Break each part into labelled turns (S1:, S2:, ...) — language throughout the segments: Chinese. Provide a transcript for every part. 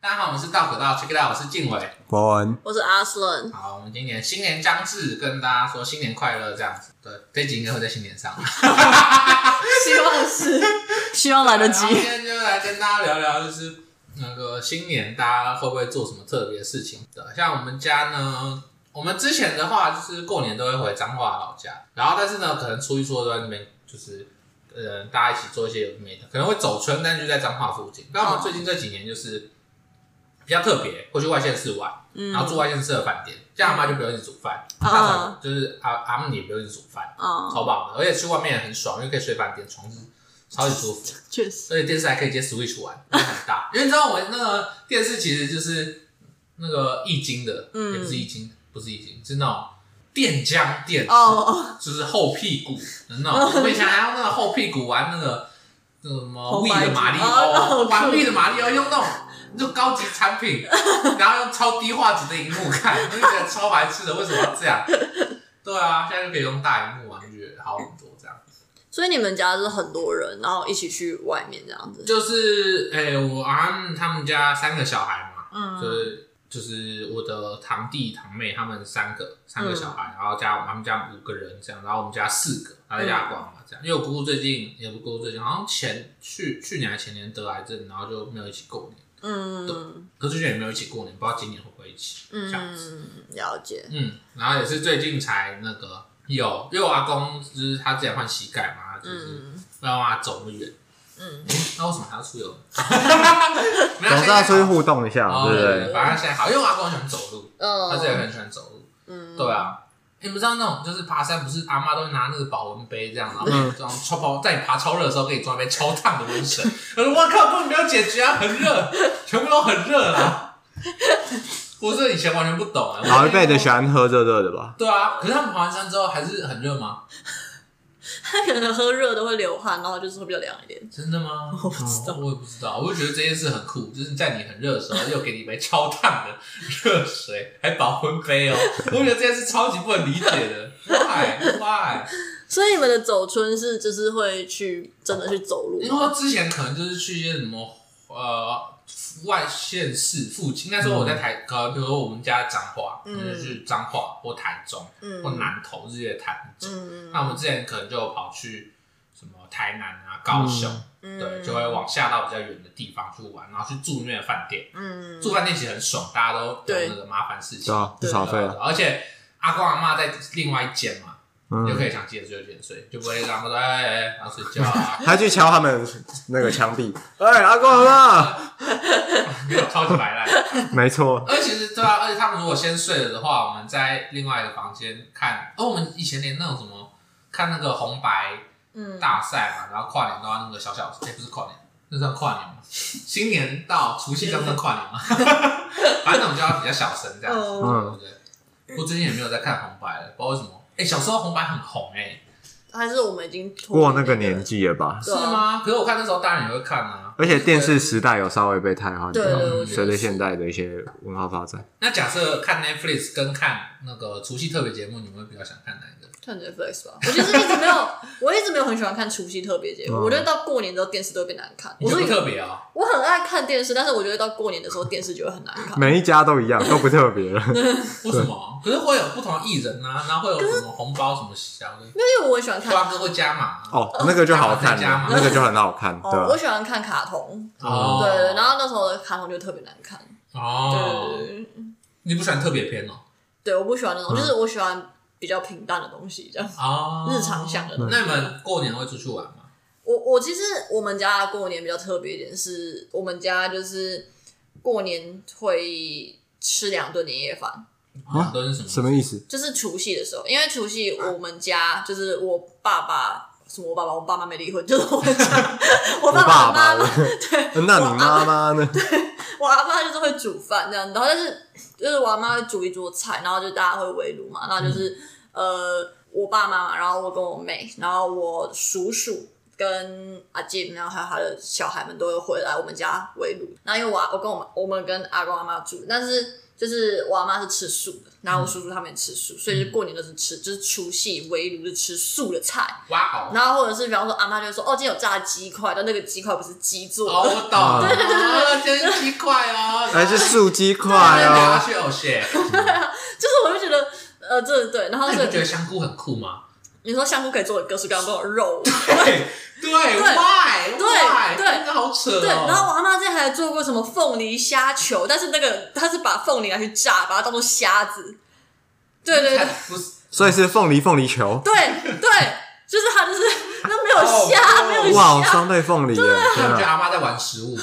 S1: 大家好，我们是道可道 Check It Out，我是静伟。
S2: 伯文，
S3: 我是阿斯伦，
S1: 好，我们今年新年将至，跟大家说新年快乐这样子。对，这集应该会在新年 上。
S3: 希望是，啊希望来得及
S1: 然后。今天就来跟大家聊聊，就是那个新年大家会不会做什么特别的事情的？像我们家呢，我们之前的话就是过年都会回彰化老家，然后但是呢，可能初一初二都在那边，就是呃大家一起做一些有的没的，可能会走村，但就在彰化附近。但我们最近这几年就是比较特别，会去外县市玩，
S3: 嗯
S1: 然后住外县市的饭店，这样阿妈就不用一直煮饭，大
S3: 啊
S1: 嫂就是阿阿姆也不用一直煮饭，
S3: 啊，
S1: 超棒的，而且去外面也很爽，因为可以睡饭店，床是超级舒服。
S3: 确实，
S1: 而且电视还可以接 Switch 玩，因为很大。因为你知道我们那个电视其实就是那个易经的，
S3: 嗯
S1: 也不是易经，不是易经，是那种电浆电视，
S3: 哦哦，
S1: 就是后屁股的那种。我们以前还用那个后屁股玩那个那个什么
S3: 红
S1: We
S3: 白
S1: 的
S3: 机
S1: 马里
S3: 哦那
S1: 奥，
S3: 种
S1: 玩
S3: 酷
S1: We 的马里奥，用那种。就高级产 品，然后用超低画质的荧幕看，我就觉得超白痴的，为什么要这样？对啊，现在就可以用大荧幕玩，就觉得好很多这样。
S3: 所以你们家是很多人，然后一起去外面这样子。
S1: 就是诶、我俺他们家三个小孩嘛，就
S3: 嗯，
S1: 是就是我的堂弟堂妹他们三个三
S3: 嗯
S1: 个小孩，然后加我他们家五个人这样，然后我们家四个，然后再加我嘛这样。因为我姑姑最近也不姑姑最近好像前去去年还前年得癌症，然后就没有一起过年，
S3: 嗯
S1: 可是去年也没有一起过年，不知道今年会不会一起这样子。
S3: 嗯，了解。
S1: 嗯，然后也是最近才那个有，因为我阿公就是他之前换膝盖嘛，就是
S3: 嗯
S1: 没有办法走那么远。
S3: 嗯，
S1: 那为什么还要出 游？没有
S2: 总
S1: 现
S2: 是
S1: 在
S2: 要出去互动一下，
S1: 哦
S2: 对不
S1: 对
S2: 对？
S1: 反正现在好，因为我阿公很喜欢走路，他之前
S3: 嗯
S1: 很喜欢走路。
S3: 嗯，
S1: 对啊，你不知道那种就是爬山，不是阿妈都会拿那个保温杯这样，然后
S2: 嗯
S1: 这样超跑在你爬超热的时候给你装一杯超烫的温水。我说我靠，根本没有解决啊，很热， 全部都很热啦。 我这以前完全不懂啊，我
S2: 老一辈的喜欢喝热热的吧？
S1: 对啊，可是他们爬完山之后还是很热吗？
S3: 他可能喝热都会流汗，然后就是会比较凉一点。
S1: 真的吗？
S3: 我不知道
S1: 哦我也不知道。我就觉得这件事很酷，就是在你很热的时候，又给你一杯超烫的热水，还保温杯 哦。我觉得这件事超级不能理解的。Why why？
S3: 所以你们的走村是就是会去真的去走路
S1: 因为
S3: 吗，
S1: 我之前可能就是去一些什么呃外县市附近，应该说我在台，呃，比如说我们家彰化，
S3: 嗯
S1: 就是去彰化或台中
S3: 嗯
S1: 或南投日月潭那种。
S3: 嗯
S1: 那我们之前可能就有跑去什么台南啊、高雄，
S3: 嗯
S1: 对，就会往下到比较远的地方去玩，然后去住那边的饭店。
S3: 嗯
S1: 住饭店其实很爽，大家都有
S3: 对
S1: 那个麻烦事情，
S2: 对啊，不
S3: 对
S2: 少
S1: 对
S2: 费
S1: 对
S2: 啊。
S1: 而且阿公阿妈在另外一间嘛，就可
S2: 嗯，
S1: 以想几点睡就几点睡，就不会让他们说哎哎哎，要睡觉啊，
S2: 他去敲他们那个墙 壁，哎，阿公阿
S3: 啊
S2: 妈，
S1: 没有超级摆烂。
S2: 没错，
S1: 而且其实对啊，而且他们如果先睡了的话，我们在另外一个房间看，哦而我们以前连那种什么看那个红白
S3: 嗯
S1: 大赛嘛，然后跨年都要那个小小，哎、不是跨年，那算跨年吗？新年到除夕刚算跨年嘛，反正我们就要比较小声这样子，
S3: 哦
S2: 嗯
S1: 对不对？我最近也没有在看红白了，不知道为什么。哎、小时候红白很红哎、
S3: 还是我们已经脱离
S2: 过那个年纪了吧？
S1: 是
S3: 对啊
S1: 吗？可是我看那时候当然也会看啊。
S2: 而且电视时代有稍微被太换
S3: 对
S2: 掉
S3: 对我觉得，是
S2: 随着现代的一些文化发展，
S1: 那假设看 Netflix 跟看那个除夕特别节目，你们会比较想看哪一个？
S3: 看 Netflix 吧。我其实一直没有，我一直没有很喜欢看除夕特别节目。
S2: 嗯
S3: 我觉得到过年之后电视都会变难看。
S1: 你
S3: 我
S1: 觉
S3: 是
S1: 得不特别哦。
S3: 我很爱看电视，但是我觉得到过年的时候电视就会很难看。
S2: 每一家都一样，都不特别了。
S1: 为什么？可是会有不同的艺人啊，然后会有什么红包什么小的，
S3: 因为我也喜欢看
S1: 瓜哥会加码啊。
S2: 哦，那个就好看
S1: 加码
S2: 了，那个就很好看，对啊
S3: 哦，我
S2: 吧？
S3: 喜欢看卡通，
S1: 哦，
S3: 对对。然后那时候的卡通就特别难看，对
S1: 哦，
S3: 对对对
S1: 你不喜欢特别篇哦？
S3: 对，我不喜欢那种，
S2: 嗯
S3: 就是我喜欢比较平淡的东西，这样
S2: 啊
S1: 哦，
S3: 日常向的东西。
S1: 那你们过年会出去玩吗？
S3: 我我其实我们家过年比较特别一点是，我们家就是过年会吃两顿年夜饭。
S1: 啊，都是什么？
S2: 什么意思？
S3: 就是除夕的时候，因为除夕我们家就是我爸爸，什么我爸爸，我爸妈没离婚，就是我们家我
S2: 我
S3: 爸爸
S2: 爸爸，
S3: 妈 妈，
S2: 我 那你妈妈呢？
S3: 我阿妈就是会煮饭这样，然后但是就是我阿妈会煮一桌菜，然后就大家会围炉嘛，然后就是、呃我爸妈嘛，然后我跟我妹，然后我叔叔。跟阿静，然后还有他的小孩们都会回来我们家围炉。那因为我阿我跟我们我们跟阿公阿妈住，但是就是我阿妈是吃素的，然后我叔叔他们也吃素，所以就过年都是吃，就是除夕围炉是吃素的菜。
S1: 哇哦，
S3: 然后或者是比方说阿妈就会说，哦，今天有炸鸡块，但那个鸡块不是鸡做
S1: 哦，
S3: 的，
S1: 我懂，
S2: 啊
S1: 对对对对，真奇怪哦，
S3: 啊
S2: 还是素鸡块
S1: 要
S2: 哎哦，
S1: 去有些，
S3: 就是我就觉得，呃，这对，然后
S1: 那你
S3: 所
S1: 不
S3: 以
S1: 觉得香菇很酷吗？
S3: 你说香菇可以做各式各样的肉，
S1: 对对，why
S3: 对
S1: why，
S3: 对
S1: 真的好扯
S3: 对，然后
S1: 哦。
S3: 我阿妈之前还做过什么凤梨虾球，但是那个她是把凤梨拿去炸，把它当做虾子。对对
S1: 它
S3: 对
S1: 不是
S2: 所以是凤梨凤梨 球，
S3: 对对，就是她就是那没有
S1: 哦
S3: 虾，没有
S2: 哇，
S3: 虾。
S2: 双倍凤梨耶！
S1: 那
S2: 天
S1: 你觉得
S2: 啊，
S1: 阿妈在玩食物吗？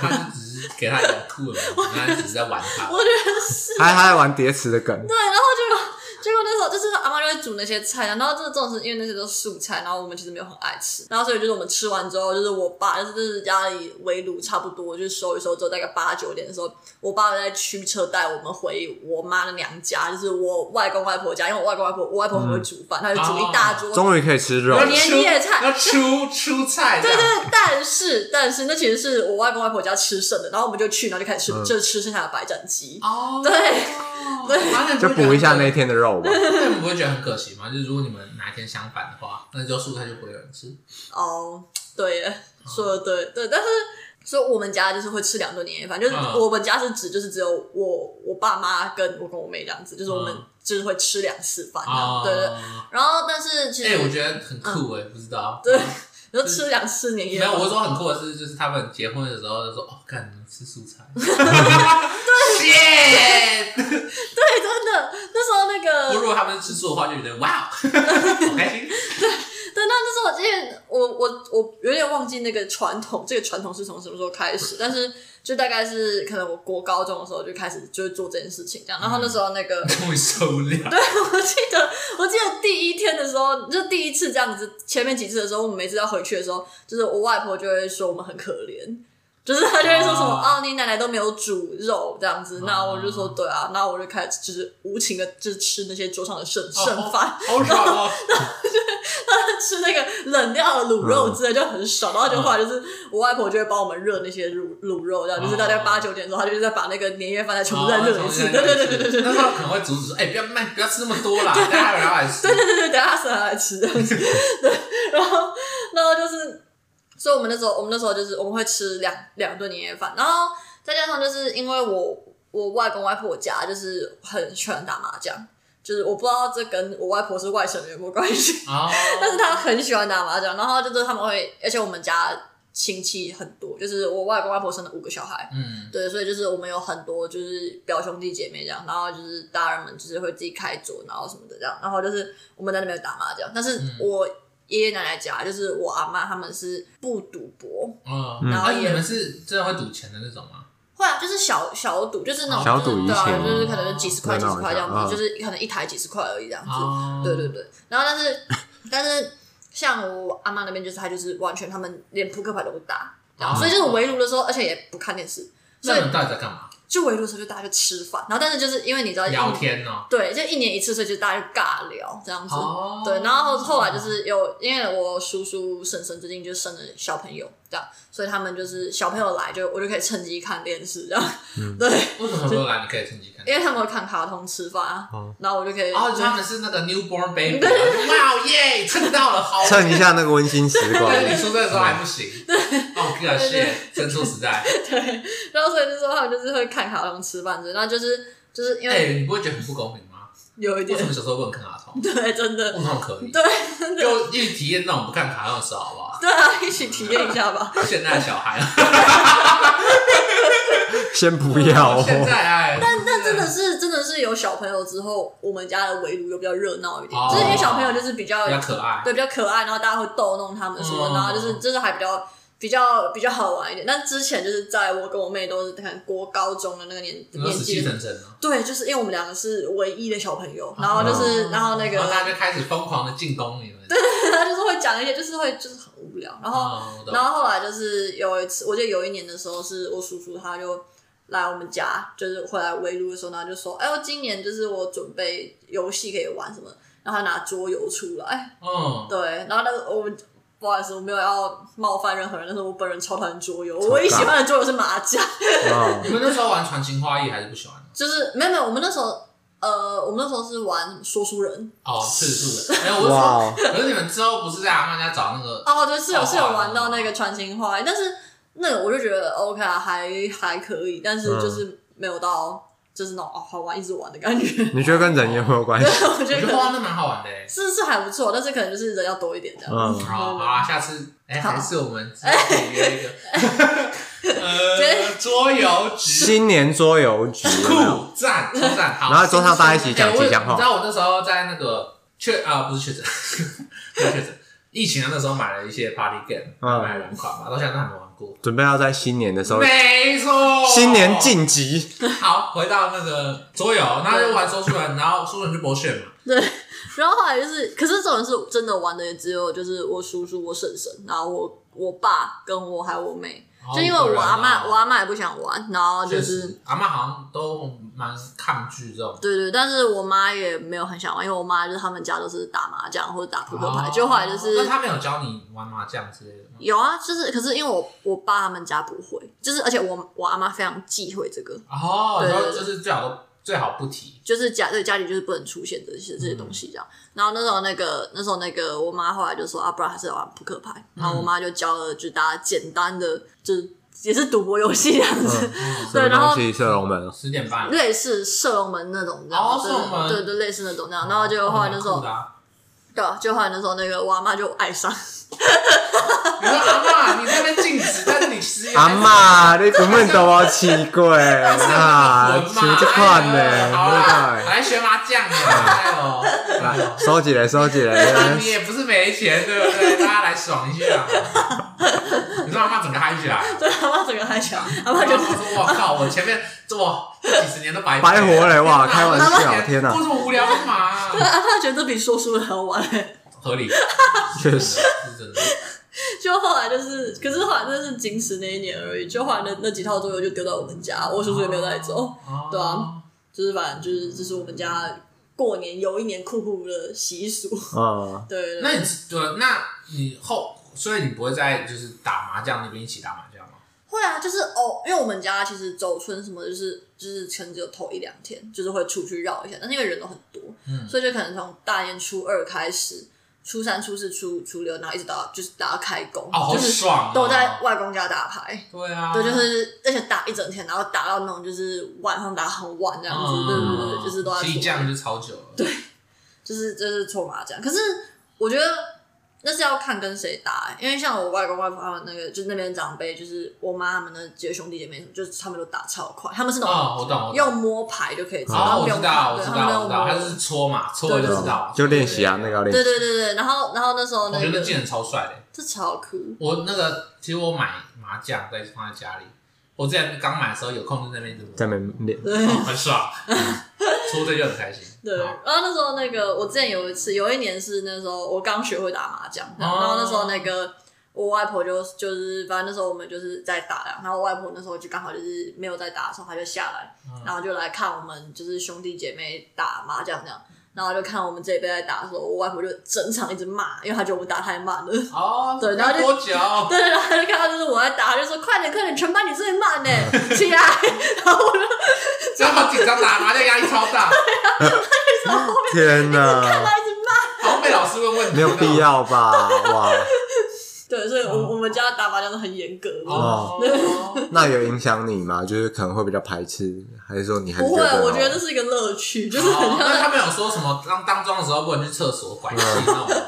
S1: 他就只是给他一个酷的名字，他只是在玩他。
S3: 我觉得 是
S2: 还还在玩叠词的梗，
S3: 对，然后结果结果那时候就是阿妈就会煮那些菜，然后这种是因为那些都是素菜，然后我们其实没有很爱吃，然后所以就是我们吃完之后，就是我爸就是就是家里围炉差不多，就是收一收之后，大概八九点的时候，我爸在驱车带我们回我妈的娘家，就是我外公外婆家，因为我外公外婆我外婆很会煮饭，她就煮一大桌。
S2: 终于可以吃肉
S1: 要
S2: 了
S1: 出。
S3: 年夜菜
S1: 要出出菜这
S3: 对
S1: 样，
S3: 对，但是但是那其实是我外公外婆家吃剩的，然后我们就去，然后就开始吃，
S2: 嗯
S3: 就吃剩下的白斩鸡。
S1: 哦，
S3: 对
S1: 对，啊那你
S2: 就
S1: 不会觉得
S2: 补一下那
S1: 很
S2: 一
S1: 可
S2: 天的肉吧。
S1: 那你不会觉得很可惜吗？就是如果你们哪一天相反的话，那就蔬菜就不会有人吃。
S3: 哦，对耶，
S1: 哦
S3: 说的对对，但是所以我们家就是会吃两顿年夜饭，就是
S1: 嗯
S3: 我们家是指就是只有我我爸妈跟我跟我妹这样子，就是我们
S1: 嗯
S3: 就是会吃两次饭这样，
S1: 哦，
S3: 对对。然后但是其
S1: 哎、
S3: 实
S1: 我觉得很酷哎、不知道。
S3: 对你说吃两次年夜
S1: 没有，
S3: 饭，
S1: 我说很酷的是，就是他们结婚的时候就说：“哦，看你们吃素 菜。”对，
S3: 对真的那时候那个
S1: 如果他们是吃素的话，就觉得哇，哦好开心。
S3: 对，那那时候我记得我我我有点忘记那个传统，这个传统是从什么时候开始？但是就大概是可能我国高中的时候就开始就是做这件事情这样。然后那时候那个、
S1: 终于受不了。
S3: 我记得，我记得第一天的时候，就第一次这样子，前面几次的时候，我们每次要回去的时候，就是我外婆就会说我们很可怜，就是她就会说什么
S1: 哦
S3: 啊你奶奶都没有煮肉这样子，
S1: 哦
S3: 那我就说对啊，那我就开始就是无情的就是吃那些桌上的剩剩饭，
S1: 好爽哦！
S3: 吃那个冷掉的卤肉之类就很少，然后就后来就是我外婆就会帮我们热那些卤卤肉，这样就是大概八九点的时候，她就是再把那个年夜饭再全啊部再热
S1: 哦
S3: 一次，对对对对对对。
S1: 那时候可能会阻止说：“哎、不要卖，不要吃那么多啦，大家还要来吃。”
S3: 对 对对，等下生来吃这样子。对，然后然后就是，所以我们那时候我们那时候就是我们会吃两两顿年夜饭，然后再加上就是因为我我外公外婆家就是很喜欢打麻将，就是我不知道这跟我外婆是外省人有没有关系，
S1: 哦，
S3: 但是她很喜欢打麻将，然后就是他们会，而且我们家亲戚很多，就是我外公外婆生了五个小孩，
S1: 嗯，
S3: 对，所以就是我们有很多就是表兄弟姐妹这样，然后就是大人们就是会自己开桌，然后什么的这样，然后就是我们在那边打麻将。但是
S1: 嗯
S3: 我爷爷奶奶家，就是我阿妈他们是不赌博，
S1: 哦，
S2: 嗯
S1: 然后你们是真的会赌钱的那种吗？
S3: 会啊，就是小小赌，就是那种
S2: 小
S3: 就是
S2: 赌怡
S3: 对啊，
S2: 情
S3: 就是可能几十块、
S2: 那
S3: 几
S2: 种
S3: 十块这样子，
S2: 小啊
S3: 就是可能一台几十块而已这样子。
S1: 哦，
S3: 对对对，然后但是但是像我阿妈那边，就是她就是完全他们连扑克牌都不打，然后所以就是围炉的时候，而且也不看电视，所
S1: 哦那
S3: 以
S1: 你们到底在干嘛？
S3: 就围炉的时候就大家就吃饭，然后但是就是呃因为你知道
S1: 聊天哦。
S3: 对，就一年一次，所以就大家就尬聊这样子。
S1: 哦
S3: 对，然后后来就是有，因为我叔叔婶婶最近就生了小朋友，这样，所以他们就是小朋友来就我就可以趁机看电视这样，
S1: 嗯
S3: 对，
S1: 为什么说来你可以趁机看？
S3: 因为他们会看卡通吃饭啊，
S2: 哦
S3: 然后我就可以，
S1: 哦，他们是那个 newborn baby，哇耶，蹭到了， 好
S2: 蹭一。下那个温馨时光。
S1: 对，你出生的时候还不行，哦，可谢，真出时代。
S3: 对，然后所以那时候他们就是会看卡通吃饭之类，然后就是就是因为
S1: 哎，你不会觉得很不公平吗？
S3: 有一
S1: 为
S3: 点
S1: 什，么小时候不能看卡通？
S3: 对，真的
S1: 为，什么可以？
S3: 对，
S1: 就一起体验那种不看卡通的时候，好不好？
S3: 对啊， 一起体验一下吧。
S1: 现在的小孩，
S2: 先不要、哦，
S1: 现在哎，但但
S3: 真的是真的是有小朋友之后，我们家的围炉又比较热闹一点，
S1: 哦
S3: 就是因为小朋友就是比较
S1: 比较可爱。
S3: 对比较可爱，然后大家会逗弄他们什么，
S1: 嗯
S3: 然后就是就是还比较比较比较好玩一点。但之前就是在我跟我妹都是可能国高中的那个年
S1: 你说
S3: 年
S1: 死
S3: 纪
S1: 气
S3: 的，
S1: 沉沉哦，
S3: 对，就是因为我们两个是唯一的小朋友，然后就是、然后那个
S1: 嗯然后大家就开始疯狂的进攻你们。
S3: 他就是会讲一些就是会就是很无聊，然后
S1: 哦，我懂
S3: 然后后来就是有一次，我记得有一年的时候，是我叔叔他就来我们家，就是回来围炉的时候，然后就说：“哎，我今年就是我准备游戏可以玩什么。”然后他拿桌游出来，
S1: 嗯，
S3: 对，然后那个我们不好意思，我没有要冒犯任何人，但是我本人超讨厌桌游，我唯一喜欢的桌游是麻将，
S2: 啊
S1: 你们那时候玩传情花艺还是不喜欢？
S3: 就是没有没有，我们那时候呃，我们那时候是玩说书人，
S1: 哦，次数的。没有，我是说，
S2: 哇，哦
S1: 可是你们之后不是在阿曼家找那个？
S3: 哦，对，是有是有
S1: 画画
S3: 玩到那个传情花，但是那个我就觉得 OK 啊，还还可以，但是
S1: 嗯
S3: 就是没有到就是那种哦好玩一直玩的 感觉，
S2: 你觉得跟人有没有关系？
S3: 我
S1: 我
S3: 觉
S1: 觉
S3: 得
S1: 得
S3: 可
S1: 画
S3: 能
S1: 那蛮好玩的欸。
S3: 是是还不错，但是可能就是人要多一点这样。
S2: 嗯，
S1: 好，好啊，下次哎，
S3: 好
S1: 还是我们自己约一 个。呃，桌游局
S2: 新年桌游局有没有
S1: 酷赞，超赞。好，
S2: 然后桌上大家一起讲
S1: 哎我
S2: 吉祥话
S1: 你知道我那时候在那个确啊，不是确诊，不是确诊，疫情的那时候买了一些 party game，
S2: 嗯
S1: 买了两款嘛，到现在都还没玩过。
S2: 准备要在新年的时候，
S1: 没错，
S2: 新年晋级，
S1: 好，回到那个桌游，那就玩说书人，然后书人就博选嘛。
S3: 对，然后后来就是，可是这种是真的玩的也只有就是我叔叔、我婶婶，然后我我爸跟我还有我妹，
S1: 哦
S3: 就因为我阿妈，我阿妈也不想玩，然后就
S1: 啊确
S3: 是
S1: 实，阿妈好像都蛮抗拒这种。
S3: 对对，但是我妈也没有很想玩，因为我妈就是他们家都是打麻将或者打扑克牌，
S1: 哦
S3: 就后来就是
S1: 那他没有教你玩麻将之类的吗？
S3: 有啊，就是可是因为我我爸他们家不会，就是而且我我阿妈非常忌讳这个，
S1: 哦，
S3: 对
S1: 然
S3: 对
S1: 后
S3: 对
S1: 就是最好都最好不提。
S3: 就是家对家里就是不能出现这些这些东西这
S1: 嗯
S3: 样。然后那时候那个那时候那个我妈后来就说啊，不然还是玩扑克牌。
S1: 嗯
S3: 然后我妈就教了就大家简单的，就是也是赌博游戏这样
S1: 嗯
S3: 子，
S2: 什么
S3: 对然后
S2: 东西射龙门，
S1: 十点半，
S3: 类似射龙门那种这样，
S1: 哦
S3: 对
S1: 射龙门
S3: 对对对类似那种这样。然后就后来那时
S1: 蛮
S3: 候
S1: 酷的啊
S3: 对啊，就后来那时候那个我阿妈就 爱上。
S1: 啊你说阿妈，你在那边禁止，但是你其实也
S2: 阿嬷，你根本都冇试 过啊，
S1: 啊，
S2: 像这款
S1: 哎
S2: 呢，
S1: 呦好
S2: 对
S1: 啦，
S2: 不哎
S1: 来学麻将啊，哎呦哎呦
S2: 对？收起来，收起
S1: 那
S2: 来
S1: 你，也不是没钱，对不对？大家来爽一下。你说阿妈整个嗨起来，
S3: 对，阿妈整个嗨起来，阿
S1: 阿
S3: 妈
S1: 妈
S3: 就
S1: 啊说
S3: 是：“
S1: 我靠，我前面哇这几十年都白
S2: 白活了
S1: 天哪
S2: 哇开玩
S1: 我
S2: 笑
S1: 这
S2: 天哪
S1: 过这么无聊干嘛 啊？
S3: 阿妈觉得这比说书人还好玩、欸。
S1: 合理，
S2: 确实
S1: 是真的。
S3: 就后来就是，可是后来真的是仅此那一年而已。就后来那那几套桌游就丢到我们家，我叔叔也没有带走。
S1: 哦
S3: 对啊，就是反正就是这是我们家过年有一年酷酷的习 俗。
S2: 嗯，
S3: 对，对
S1: 那
S3: 对
S1: 你对，那你后，所以你不会在就是打麻将那边一起打麻将吗？
S3: 会啊，就是哦，因为我们家其实走春什么的就是就是可能只有头一两天，就是会出去绕一下，但是因为人都很多，
S1: 嗯
S3: 所以就可能从大年初二开始。初三、初四、初五、初六，然后一直到就是打到开工，
S1: 哦，好
S3: 就是
S1: 爽哦！
S3: 都在外公家打牌。
S1: 对啊，
S3: 对，就是而且打一整天，然后打到那种就是晚上打很晚这样子，
S1: 嗯
S3: 对对对对，就是都在
S1: 其实这
S3: 搓，
S1: 样就超久了。对，
S3: 就是就是搓麻将。可是我觉得那是要看跟谁打、欸因为像我外公外婆他们那个，就是那边长辈，就是我妈他们的几个兄弟姐妹，就是他们都打超快，他们是那
S1: 哦，
S3: 种
S1: 我懂，我懂。
S3: 用摸牌就可以知道，他
S1: 哦，
S3: 们
S1: 我
S3: 不
S1: 知
S3: 用
S1: 道，
S3: 看，
S1: 我
S3: 对，
S1: 知
S3: 他
S1: 道，
S3: 们
S1: 我知道，
S3: 都
S1: 他
S3: 用
S1: 就
S3: 摸
S1: 是。搓嘛，搓了就知道，
S2: 就练习啊，那个要
S3: 对
S2: 练习，
S3: 对对对，然后然后那时候
S1: 我
S3: 那
S1: 觉得那技
S3: 个
S1: 能超帅的。
S3: 这超酷，
S1: 我那个，其实我买麻将在放在家里，我之前刚买的时候有空就在那边
S2: 在
S1: 怎么，
S2: 那边练，
S3: 对。
S1: 哦很爽，搓这就很开心。
S3: 对，
S1: 好
S3: 然后那时候那个我之前有一次，有一年是那时候我刚学会打麻
S1: 哦
S3: 将，然后那时候那个我外婆就就是反正那时候我们就是在打量，然后我外婆那时候就刚好就是没有在打的时候，她就下来，
S1: 嗯
S3: 然后就来看我们就是兄弟姐妹打麻将这样。然后就看我们这一辈在打的时候，我外婆就整场一直骂，因为她觉得我们打太慢了。
S1: 哦，
S3: 对然后
S1: 那
S3: 就
S1: 多久？
S3: 对，然后他就看到就是我在打，他就说快点快点，全班你最慢呢，起来！ 然后我就
S1: 这样好紧张，打麻将压力超大，
S2: 天哪，
S3: 他一直
S1: 好
S3: 骂。
S1: 像被老师问问题，
S2: 没有必。要吧？哇，
S3: 对，所以我我们家打麻将都很严格。的。
S1: 哦，
S2: 那有影响你吗？就是可能会比较排斥，还是说你还是
S3: 不会，我觉
S2: 觉
S3: 得这是一个乐趣，就是很
S1: 哦
S3: 像
S1: 那他们有说什么当当庄的时候不能去厕所拐
S2: 嗯
S1: 气那种 吗，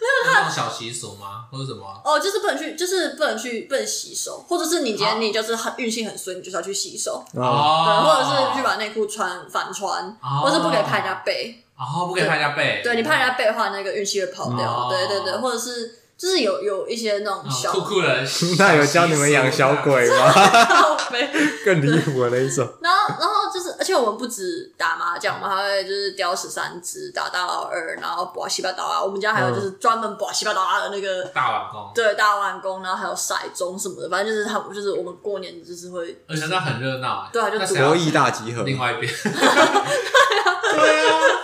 S1: 那种小习俗吗？或者什么？
S3: 哦，就是不能去，就是不能去，不能洗手，或者是你今
S1: 哦
S3: 天你就是很运气很衰，你就是要去洗手，
S2: 哦，，
S3: 对，或者是去把内裤穿反穿，
S1: 哦
S3: 或者是不给拍人家背，
S1: 哦，不可以拍人家背，
S3: 对你拍人家背的话，那个运气会跑
S1: 哦
S3: 掉，对对对，或者是就是有有一些那种
S1: 哦
S3: 小
S1: 酷酷的
S2: 那有教你们养小？鬼吗？
S3: 靠背，
S2: 更离谱的那一种。
S3: 然后然后就是，而且我们不止打麻将，我们还会就是雕十三只，打大老二，然后拔西巴刀啊，我们家还有
S1: 哦
S3: 就是专门拔西巴刀啊的那个
S1: 大碗公，
S3: 对，大碗公，然后还有骰盅什么的，反正就是他们，就是我们过年就是会，
S1: 而且 那很热闹欸，
S3: 对啊就
S1: 那谁要
S2: 博弈大集合，
S1: 另外一 边，对啊，
S3: 嗯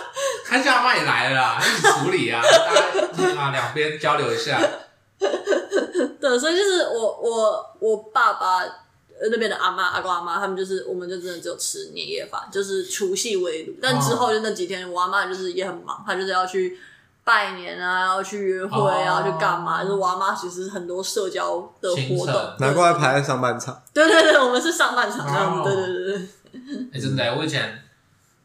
S1: 看下妈也来了啦，一起处理啊，大家啊两边交流一下，
S3: 的，所以就是我我我爸爸呃那边的阿妈阿公阿妈他们就是我们就真的只有吃年夜饭，就是除夕围炉，但之后就那几天我阿妈就是也很忙，她就是要去。拜年啊，要去约会啊，
S1: 哦
S3: 要去干嘛？就是我阿妈其实很多社交的
S1: 行
S3: 活
S1: 程
S3: 动，
S2: 难怪排在上半场。
S3: 对对对，我们是上半场这样，
S1: 哦
S3: 对对对对，
S1: 哎、真的、我以前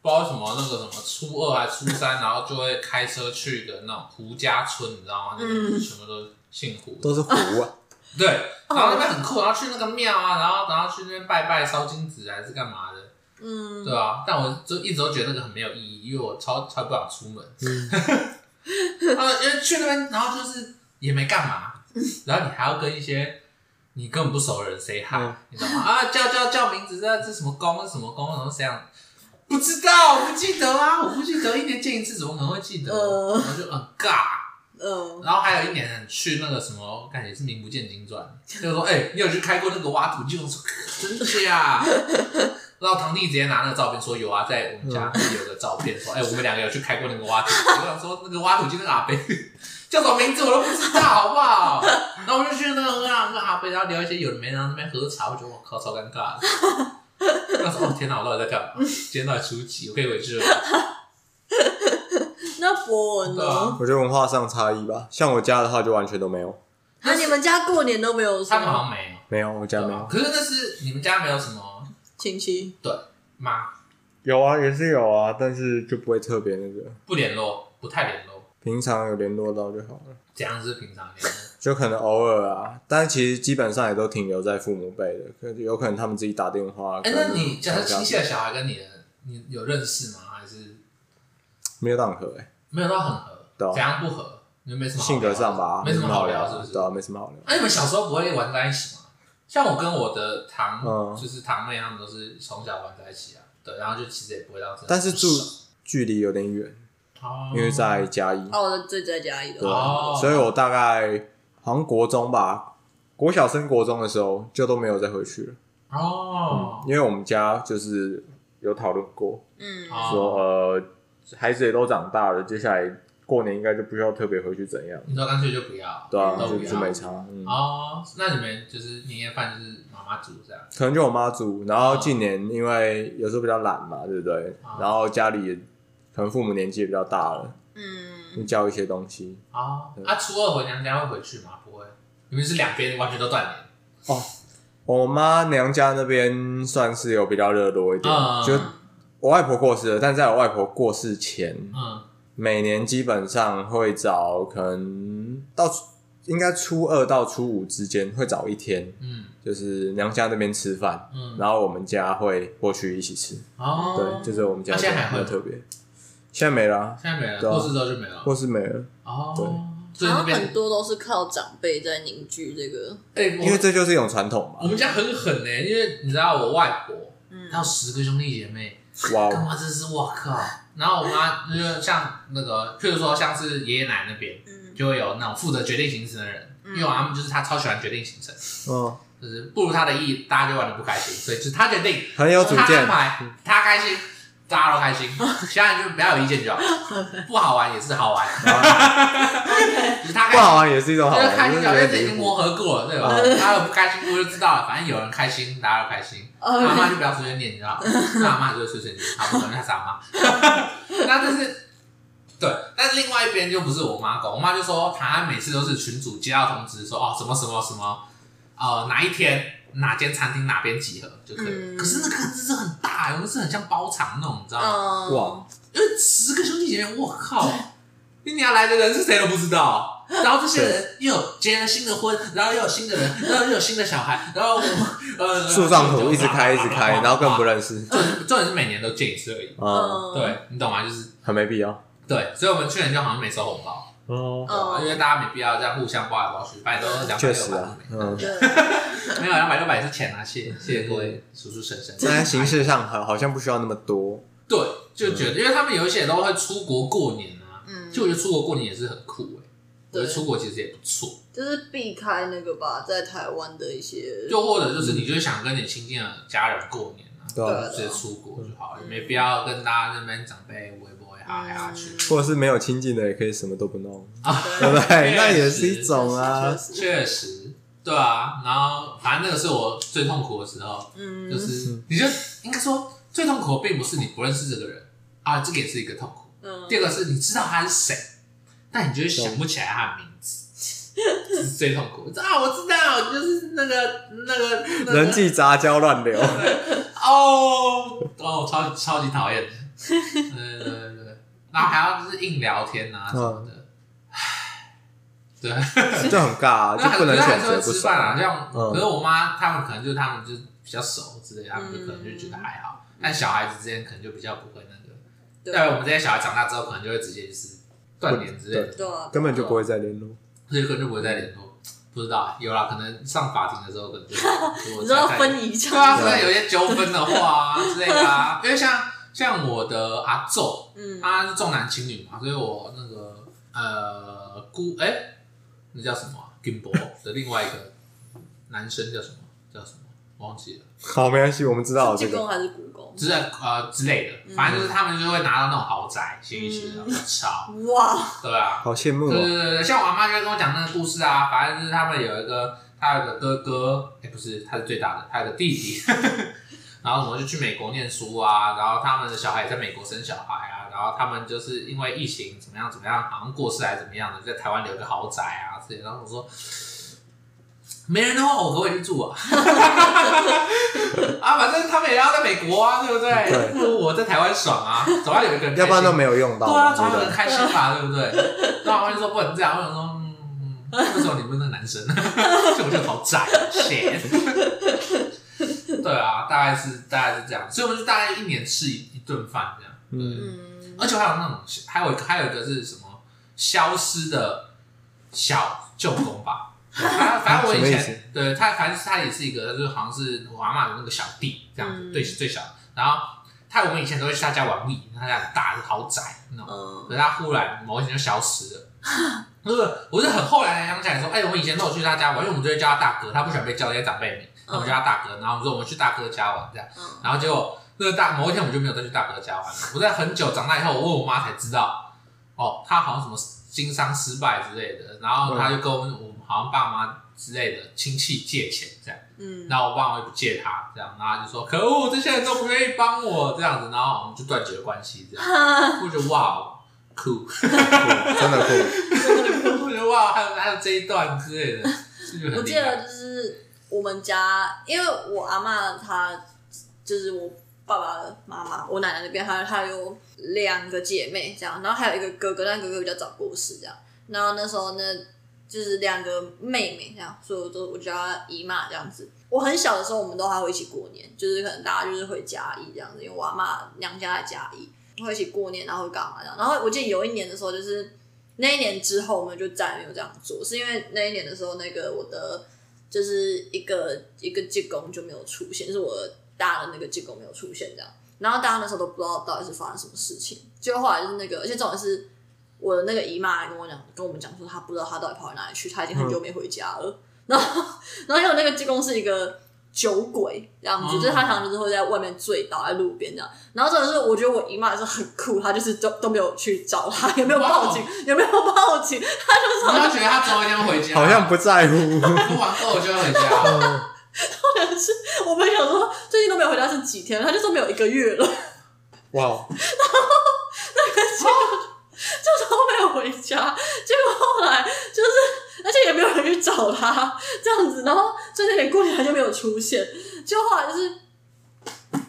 S1: 不知道为什么那个什么初二还初三，然后就会开车去一个那种胡家村，你知道吗？就是
S3: 嗯
S1: 全部都姓胡的，
S2: 都是湖 啊，
S1: 对，然后那边很酷，然后去那个庙啊，然后然后去那边拜拜烧金纸还是干嘛的，
S3: 嗯，
S1: 对啊，但我就一直都觉得那个很没有意义，因为我超超不想出门。 呃，因为去那边，然后就是也没干嘛，然后你还要跟一些你根本不熟的人 say hi，、
S2: 嗯
S1: 你知道吗？啊，叫叫叫名字，这这什么宫，这什么宫，然后谁样？不知道，我不记得啊，我不记得，一年见一次，怎么可能会记得？
S3: 呃
S1: 然后就很尬。
S3: 嗯，
S1: 然后还有一年去那个什么，感觉是名不见经传，就是说，哎、你有去开过那个挖土机？我说真假？然后堂弟直接拿那个照片说有啊，在我们家有个照片说，哎、我们两个有去开过那个挖土机。我想说那个挖土机那个阿伯叫什么名字我都不知道，好不好？然后我就去那个那个阿伯，然后聊一些有的没的，然后那边喝茶，我觉得我靠，超尴尬的。那时候哦天哪，我到底在干嘛？今天到底初几？我可以回去了吗。
S3: 那博文
S1: 对啊
S3: 呢？
S2: 我觉得文化上差异吧。像我家的话就完全都没有，
S3: 那啊你们家过年都没有什
S1: 他们好像
S3: 么
S1: 没有，
S2: 没有我啊家没有。
S1: 可是那是你们家没有什么
S3: 亲戚？
S1: 对妈
S2: 有啊，也是有啊，但是就不会特别那个，
S1: 不联络，不太联络，
S2: 平常有联络到就好了。
S1: 怎样是平常联 络？
S2: 就可能偶尔啊，但其实基本上也都停留在父母辈的，可有可能他们自己打电话。
S1: 哎、
S2: 可
S1: 那
S2: 能
S1: 你假设
S2: 吵架
S1: 亲戚的小孩跟你的，你有认识吗？还是
S2: 没有档合哎，
S1: 没有到很合？
S2: 对啊
S1: 怎样不合？你们没什么好
S2: 性格上吧，
S1: 没什么好
S2: 聊
S1: 聊，
S2: 啊，
S1: 是不是？
S2: 对啊，没什么好聊。
S1: 那、你们小时候不会玩在一起吗？像我跟我的堂，
S2: 嗯
S1: 就是堂妹，他们都是从小玩在一起啊。对，然后就其实也不会到这样，
S2: 但是住
S1: 不熟
S2: 距离有点远，
S1: 哦，
S2: 因为在嘉义，
S3: 哦，我的最在家里的
S2: 对，
S3: 话，
S1: 哦
S2: 所以我大概好像国中吧，国小升国中的时候就都没有再回去了，
S1: 哦，
S2: 因为我们家就是有讨论过，
S3: 嗯，
S1: 哦
S2: 说呃孩子也都长大了，接下来过年应该就不需要特别回去怎样，
S1: 你说干脆就不要，
S2: 对啊，
S1: 都
S2: 就
S1: 不要
S2: 就没差，嗯，
S1: 哦。那你们就是年夜饭就是妈妈煮这样，
S2: 可能就我妈煮，然后近年因为有时候比较懒嘛，对不对
S1: 啊？
S2: 然后家里也可能父母年纪也比较大了，
S3: 嗯，
S2: 就教一些东西。
S1: 哦，啊，初二回娘家会回去吗？不会，你们是两边完全都断联。
S2: 我妈娘家那边算是有比较热络一点，
S1: 嗯
S2: 就我外婆过世了，但在我外婆过世前，
S1: 嗯，
S2: 每年基本上会找可能到初应该初二到初五之间会找一天，
S1: 嗯
S2: 就是娘家那边吃饭，
S1: 嗯，
S2: 然后我们家会过去一起吃。
S1: 哦，
S2: 对，就是我们家
S1: 那现在还会
S2: 比较
S1: 吗
S2: 特别，现在没了啊，
S1: 现在没了，
S2: 对啊
S1: 过世之后就没了。
S2: 或是没了。
S1: 哦，所以那
S3: 好像很
S1: 边，
S3: 多都是靠长辈在凝聚这个，
S1: 哎，
S2: 因为
S1: 我
S2: 这就是一种传统
S1: 我
S2: 嘛。
S1: 们家很狠呢，因为你知道我外婆，
S3: 嗯
S1: 她有十个兄弟姐妹，
S2: 哇
S1: 干
S2: 哦，
S1: 嘛真是我靠。然后我妈就是像那个，譬如说像是爷爷奶奶那边，
S3: 嗯
S1: 就会有那种负责决定行程的人，因为我妈妈就是她超喜欢决定行程，
S2: 嗯，
S1: 就是不如她的意，大家就玩的不开心，所以就是她决定，
S2: 很有主
S1: 他
S2: 见
S1: 安。排，他开心，大家都开心，其他人就不要有意见就好，不好玩也是好玩，就是他开
S2: 不
S1: 心
S2: 好玩也是一种好
S1: 就是开
S2: 玩，
S1: 心
S2: 就
S1: 就好，因为这已
S2: 是
S1: 经磨合过了，对吧？大家有不开心过就知道了，反正有人开心，大家都开心。
S3: OK
S1: 妈妈就不要随便念，你知道吗？那阿妈就会碎碎念，她不管她是阿妈。 那就是对，但是另外一边就不是我妈管，我妈就说她每次都是群主接到通知说哦什么什么什么，呃哪一天哪间餐厅哪边集合就可以了。
S3: 嗯
S1: 可是那个真是很大，我们是很像包场那种，你知道吗？
S3: 嗯，
S2: 哇，
S1: 因为十个兄弟姐妹，我靠，你要来的人是谁都不知道。然后这些人又有结了新的婚，然后又有新的人，然后又有新的小孩，然后我呃
S2: 树状图一直开一直开，然后更不
S1: 认。
S2: 认识，
S1: 重点是重点是每年都见一次而已，
S2: 嗯，
S3: 嗯，
S1: 对你懂吗？就是
S2: 很没必要。
S1: 对，所以我们去年就好像没收红包，
S2: 哦，
S1: 因
S3: 嗯，
S1: 为大家没必要这样互相包来包去，反正都是两百
S2: 确
S1: 六
S2: 实啊
S1: 百，
S2: 嗯，
S3: 对，
S1: 没有两百六百是钱啊，谢谢各位叔叔婶婶。
S2: 在形式上好好像不需要那么多。
S1: 对，就觉得，因为他们有一些都会出国过年啊，
S3: 嗯
S1: 就我觉得出国过年也是很酷哎、我觉得
S3: 对
S1: 出国其实也不错。
S3: 就是避开那个吧，在台湾的一些，
S1: 就或者就是你就是想跟你亲近的家人过年啊，
S2: 对啊
S1: 就直接出国就好了，没必要跟大家那边长辈微博也哈来哈去。
S2: 或者是没有 亲近的，也可以什么都不弄，
S1: 啊
S2: 对不对？
S1: 确实
S3: 嗯
S2: 那也是一种啊
S3: 确。实
S1: 确实，对啊，然后反正那个是我最痛苦的时候，
S3: 嗯，
S1: 就是你就应该说最痛苦的并不是你不认识这个人啊，这个也是一个痛苦。
S3: 嗯
S1: 第二个是你知道他是谁，但你就是想不起来他的名字，这是最痛苦。啊，我知道，就是那个那个、那个、
S2: 人际杂交乱流，
S1: 哦哦，超超级讨厌的。对对对对对，然后还要就是硬聊天啊什么的，唉，对。
S2: 就很尬啊，就
S1: 那
S2: 嗯不能
S1: 可是还
S2: 选
S1: 是
S2: 择
S1: 会
S2: 不
S1: 吃
S2: 熟。
S1: 饭啊，像
S2: 嗯
S1: 可是我妈他们可能就是他们就是比较熟之类，他们就可能就觉得还好，
S2: 嗯
S1: 但小孩子之间可能就比较不会那个。
S3: 对
S1: 但我们这些小孩长大之后，可能就会直接就是断联之类的，
S3: 对啊，
S2: 根本就不会再联络。
S1: 所以根本就不会再联络。不知道有啦，可能上法庭的时候可 能就如果
S3: 你知道
S1: 再
S3: 分遗
S1: 对啊，
S3: 产，
S1: 可能有些纠纷的话啊之类的啊，因为像像我的阿昼，
S3: 嗯
S1: 他是重男轻女嘛，所以我那个呃姑哎、那叫什么、啊？金博的另外一个男生叫什么？叫什么？忘记了，
S2: 好，没关系，我们知道了这
S3: 进
S2: 个
S3: 宫还是故宫？
S1: 之类呃之类的，反正就是他们就会拿到那种豪宅，新一区的超，
S3: 哇，
S1: 对啊，
S2: 好羡慕
S1: 对
S2: 哦。
S1: 对对对，像我阿妈就会跟我讲那个故事啊，反正就是他们有一个，他有个哥哥，哎、不是，他是最大的，他有个弟弟， 然后什么就去美国念书啊，然后他们的小孩也在美国生小孩啊，然后他们就是因为疫情怎么样怎么样，好像过世还是怎么样的，在台湾留个豪宅啊之类的，然后我说。没人的话，我可不可以去住啊？ 啊，反正他们也要在美国啊，对不对？
S2: 对
S1: 不如我在台湾爽啊，总要有一个人开心吧。
S2: 要不然都没有用到，
S1: 对啊，
S2: 我
S1: 总
S2: 觉
S1: 要有人
S2: 得
S1: 开心吧，对不对？ 那我就说不能这样，我想说，嗯，嗯为什么你不是那个男生？ 所以我就好窄，shit。对啊，大概是大概是这样，所以我们就大概一年吃一一顿饭这样。
S2: 嗯，
S3: 嗯，
S1: 而且还有那种，还有一个还有一个是什么消失的小舅公吧？反正反正我以
S2: 什么意思
S1: 前对他，反正他也是一个，就是好像是我阿妈的那个小弟这样子，
S3: 嗯
S1: 最最小。然后他我们以前都会去他家玩 w 他家很大的豪宅那种。
S3: 嗯
S1: 可是他忽然某一天就消失了。就是，我是很后来才想起来说，哎、我以前都有去他家玩，因为我们就会叫他大哥，他不喜欢被叫那些长辈名，那我们叫他大哥。然后我们说我们去大哥家玩这样，
S3: 嗯，
S1: 然后结果那个大某一天我就没有再去大哥家玩了。我在很久长大以后，我问我妈才知道，哦，他好像什么经商失败之类的，然后他就跟我我好像爸妈之类的亲戚借钱这样。
S3: 嗯，
S1: 然后我爸妈就不借他，这样，然后他就说可恶，这些人都不愿意帮我这样子，然后我们就断绝了关系，这样，我觉得哇，哦酷，
S2: 酷真 的酷。
S1: 我觉得哇，还有还有这一段之类的，是不是
S3: 我
S1: 很厉
S3: 记
S1: 害
S3: 得就是我们家，因为我阿嬷她就是我爸爸的妈妈，我奶奶那边还有还有两个姐妹这样，然后还有一个哥哥，但哥哥比较早过世这样。然后那时候呢，就是两个妹妹这样，所以我都我叫她姨妈这样子。我很小的时候，我们都还会一起过年，就是可能大家就是回嘉义这样子，因为我阿嬷娘家在嘉义，会一起过年，然后会干嘛这样。然后我记得有一年的时候，就是那一年之后，我们就再也没有这样做，是因为那一年的时候，那个我的就是一个一个技工就没有出现，就是我大的那个技工没有出现这样。然后大家那时候都不知道到底是发生什么事情，结果后来就是那个，而且重点是我的那个姨妈还跟我讲，跟我们讲说她不知道她到底跑到哪里去，她已经很久没回家了。然后，然后因为我那个技工是一个酒鬼这样子，
S1: 嗯
S3: 就是他常常就是会在外面醉倒在路边这样。然后重点是，我觉得我姨妈也是很酷，她就是都都没有去找她，也没有报警，也没有报警，
S1: 我都觉得他总有一天会回家，
S2: 好像不在 乎，
S1: 不玩够就会回家，
S3: 是我们想说最近都没有回家是几天，他就说没有一个月了，
S2: 哇，
S3: 就都没有回家。结果后来就是，而且也没有人去找他，这样子，然后中间连过年他就没有出现。就后来就是，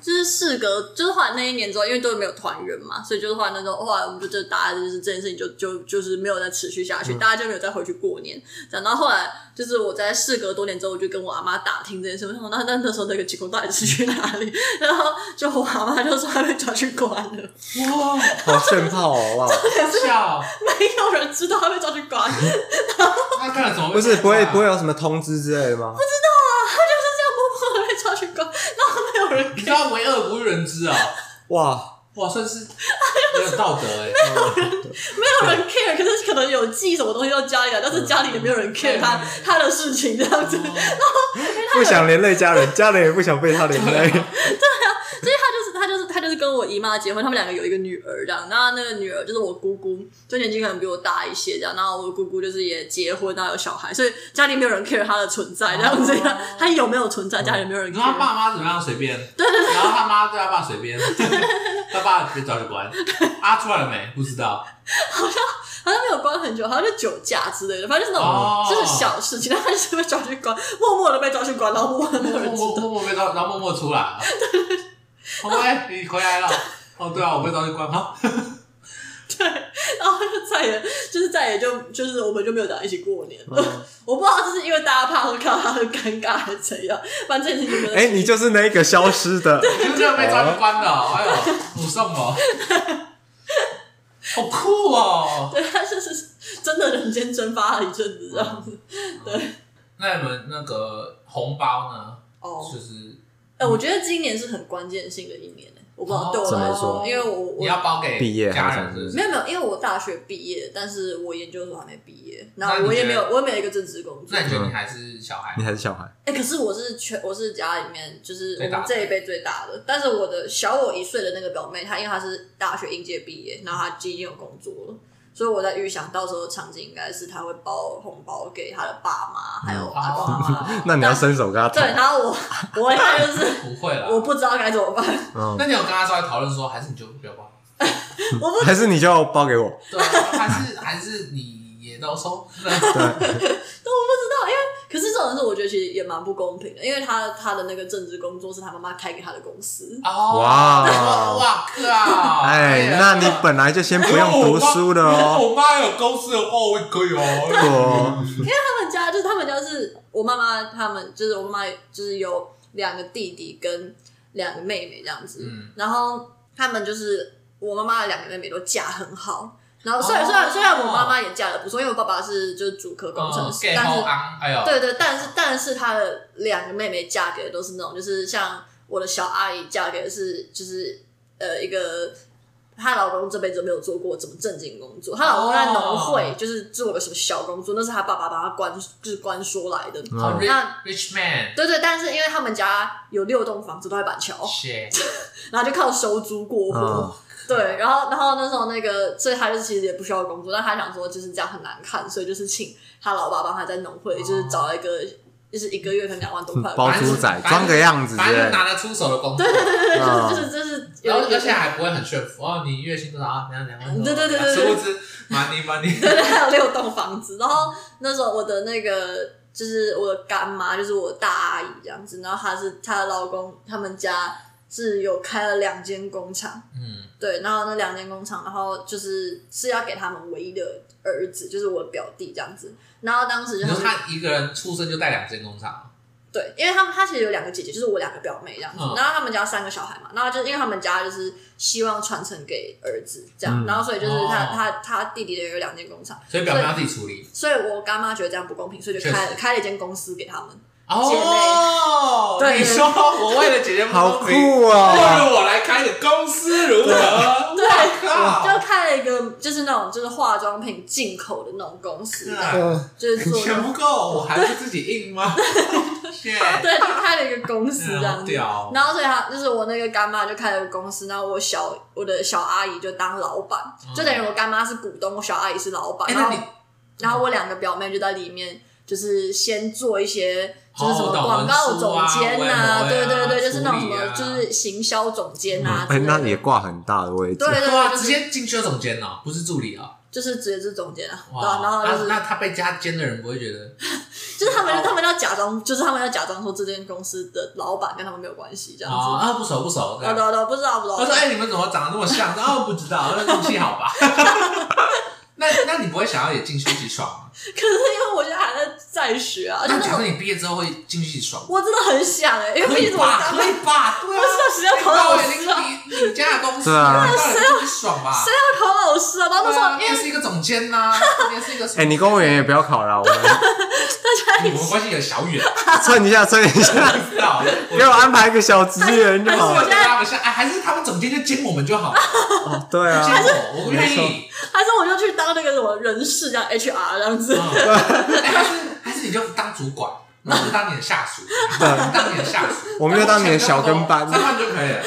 S3: 就是事隔，就是后来那一年之后，因为都没有团圆嘛，所以就是后来那时候，后来我们就就大家就是这件事情就就就是没有再持续下去，大家就没有再回去过年。讲到后来，就是我在事隔多年之后，我就跟我阿妈打听这件事，我想说那那那时候那个职工到底是去哪里？然后就我阿妈就说还被抓去关了。
S1: 哇，
S2: 好炫炮哦，哇！
S1: 笑，
S3: 没有人知道他被抓去关，就是这样
S1: 那看了怎么
S2: 不是不会不会有什么通知之类的吗？
S3: 默默的被抓去关，然后没有人，
S1: 比较为恶不为人知啊，
S2: 哇，
S1: 哇，算是很有道德哎，
S3: 没有人 care，可是可能有寄什么东西到家里来，但是家里也没有人 care 他他的事情这样子，
S1: 嗯哦啊
S2: 不想连累家人，家人也不想被他连累。
S3: 所以他就是他他就是他就是跟我姨妈结婚，他们两个有一个女儿这样。那那个女儿就是我姑姑，就年纪可能比我大一些这样。然后我姑姑就是也结婚啊，有小孩，所以家里没有人 care 她的存在这样子。
S1: 哦
S3: 她有没有存在，家里没有人
S1: 你说他
S3: care。
S1: 爸妈怎么样随便，对对对，然后他妈对他爸随便，他爸被抓去关，啊出来了没？不知道，
S3: 好像没有关很久，好像是酒驾之类的，反正就是那种、
S1: 哦
S3: 就是小事情，但是被抓去关，默默的被抓去关，然后默默的没
S1: 默默
S3: 有人知道。
S1: 默默默被抓，然后默默出来 了，哦喂，你回来了，哦对啊，我被抓去关哈，
S3: 然后就再也就是再也就就是我们就没有在一起过年了。
S2: 嗯
S3: 我不知道这是因为大家怕会看到他很尴尬还是怎样，反正这件事情 就
S2: 哎、你就是那个消失的，
S1: 你就这样被抓去关了，
S2: 哦
S1: 哎呦，不送哦， 好酷哦。
S3: 对，他就是真的人间蒸发了一阵子这样子。
S1: 那你们那个红包呢？
S3: 哦，
S1: 就是
S3: 哎、我觉得今年是很关键性的一年、哎，我不知
S1: 哦
S3: 道、对我
S2: 怎么
S3: 来
S2: 说
S3: 因为我我
S1: 你要包给
S2: 毕业好
S1: 家
S2: 像
S1: 人，是不
S2: 是
S1: 是
S3: 没有没有，因为我大学毕业，但是我研究所还没毕业，
S1: 那
S3: 然后
S1: 你
S3: 我也
S1: 觉
S3: 没
S1: 得
S3: 有我也没有一个正职工作
S1: 那。你觉得你还是小孩
S2: 你？还是小孩，
S3: 哎、可是我是全我是家里面就是我
S1: 最大
S3: 们
S1: 的
S3: 这一辈最大的，但是我的小我一岁的那个表妹，她因为她是大学应届毕业，然后她已经有工作了，所以我在预想到时候的场景应该是她会包红包给她的爸妈还
S2: 嗯
S3: 有阿公阿 妈。
S1: 哦
S2: 那你要伸手跟他讨
S3: 对，，然后我我一看就是
S1: 不会啦，
S3: 我不知道该怎么办，
S2: 嗯，
S1: 那你有跟他稍微讨论说，还是你就不要包？
S3: 我不
S2: 还是你就包给我，
S1: 对啊，还是还是你也都收？
S3: 可是这种事，我觉得其实也蛮不公平的，因为他他的那个正职工作是他妈妈开给他的公司，
S1: 哦，
S2: 哇
S1: 哇靠！哎
S2: 哎、那你本来就先不用读书了哦，
S1: 我妈有公司的话，我也可以哦。
S2: 对
S3: 他们家就是他们家是我妈妈，他们就是我妈妈就是有两个弟弟跟两个妹妹这样子，
S1: 嗯
S3: 然后他们就是我妈妈的两个妹妹都嫁很好。然后虽然
S1: 哦
S3: 虽然虽然我妈妈也嫁的不错，因为我爸爸是就是主科工程
S1: 嗯
S3: 师，
S1: ，gay
S3: 但是
S1: 好昂，哎呦，
S3: 对对，但是但是他的两个妹妹嫁给的都是那种，就是像我的小阿姨嫁给的是就是呃一个。她老公这辈子都没有做过怎么正经工作，她老公在农会
S1: 哦
S3: 就是做个什么小工作，那是她爸爸把她关就是关说来的。
S1: 好
S2: 嗯
S1: rich
S3: 那
S1: rich man，
S3: 对对，但是因为他们家有六栋房子都在板桥，
S1: shit，
S3: 然后就靠收租过活。
S2: 嗯
S3: 对，然后然后那时候那个，所以他就是其实也不需要工作，但他想说就是这样很难看，所以就是请他老爸帮他在农会，就是找了一个就是一个月可能两万多块，
S2: 嗯包
S1: 反正
S2: 猪仔装个样子之
S1: 反正就
S2: 类，
S1: 拿得出手的工作，对对对，
S2: 嗯
S3: 就是就是
S1: 然
S3: 有
S1: 后
S3: 一 个
S1: 而且还不会很炫富哦。你月薪多少啊？两两万多？
S3: 对对对对对
S1: 殊不知 money money，
S3: 对对，还有六栋房子。然后那时候我的那个就是我的干妈，就是我大阿姨这样子，然后她是她的老公，他们家是有开了两间工厂，
S1: 嗯，
S3: 对，然后那两间工厂，然后就是是要给他们唯一的儿子，就是我表弟这样子。然后当时就
S1: 你
S3: 是
S1: 说他一个人出生就带两间工啊厂，
S3: 对，因为他们他其实有两个姐姐，就是我两个表妹这样子。
S1: 嗯
S3: 然后他们家三个小孩嘛，然后就是因为他们家就是希望传承给儿子这
S2: 嗯
S3: 样，然后所以就是他、
S1: 哦
S3: 他他弟弟的有两间工厂，
S1: 所以表妹要自己处理。
S3: 所以我干妈觉得这样不公平，所以就开
S1: 确
S3: 了开了一间公司给他们。
S1: 哦，
S3: 姐妹
S1: 你说我为了姐姐不
S2: 嗯好
S1: 公平，
S2: 酷
S1: 为
S2: 哦，
S1: 了我来开个公司如何？我
S3: 就
S1: 靠！
S3: 开了一个就是那种就是化妆品进口的那种公司，
S1: 嗯
S3: 就是做
S1: 钱不够，我还是自己印 吗？对，
S3: 对，就开了一个公司这样
S1: 好
S3: 子。
S1: 屌哦，
S3: 然后所以他就是我那个干妈就开了个公司，然后我小我的小阿姨就当老板，
S1: 嗯
S3: 就等于我干妈是股东，我小阿姨是老板，
S1: 哎
S3: 然
S1: 那
S3: 后
S1: 你
S3: 然后我两个表妹就在里面，就是先做一些就是什么
S1: 哦懂
S3: 广告总监
S1: 文书啊微博
S3: 呐、
S1: 啊
S3: 对对对，就是那种什
S1: 处理
S3: 么
S1: 啊
S3: 就是行销总监呐、
S2: 哎、
S3: 之类的
S2: 那也挂很大的位置
S3: 对，对
S1: 对啊，
S3: 对，
S1: 直接进去了总监哦，不是助理哦。
S3: 就是直接是总监啊，对
S1: 哇
S3: 啊，然后就是
S1: 那那哦他被加监的人不会觉得
S3: 就是他们他们要假装，就是他们要假装说这间公司的老板跟他们没有关系这样
S1: 哦
S3: 子。
S1: 啊不熟不熟这
S3: 对
S1: 样。
S3: 对啊对，不知道不知道
S1: 他。说：“哎、你们怎么长得那么像？” 然后不知道，那运气好吧？ 那那你不会想要也进去一起爽吗？
S3: 可是因为我现在还在在学啊，而且
S1: 那
S3: 那
S1: 假设
S3: 种
S1: 你毕业之后会进去一起爽吗？
S3: 我真的很想哎、因为
S1: 可
S3: 毕
S1: 以
S3: 竟我
S1: 吧？
S3: 当
S1: 可
S3: 兵，
S1: 以吧？对啊
S3: 不， 是谁要考
S1: 那
S3: 老
S1: 我已
S3: 师
S1: 经
S3: 啊？
S1: 你你家的公司
S2: 对啊
S1: 了，当然爽吧？
S3: 谁要考老师啊？然后那时
S1: 对
S3: 候
S1: 啊你
S3: 因
S1: 也
S3: 为
S1: 是一个总监呐，你也是一个什么……
S2: 哎、你公务员也不要考了，我们
S1: 你们关系有小远，
S2: 蹭一下蹭一 下，
S1: 不知道？ 我
S2: 给我安排一个小职员就好
S1: 我
S3: 啊
S2: 了，
S1: 觉得他们是哎，还是他们总监就监我们就好了，
S2: 哦对啊
S1: 监，我，我不愿意。
S3: 还是我就去当那个什么人事这样 HR 这样子，
S1: 嗯哎还是还是你就当主管，然后我就当你的下属，我就当你的下属，
S2: 我们就当你的小跟班
S1: 三万就可以了。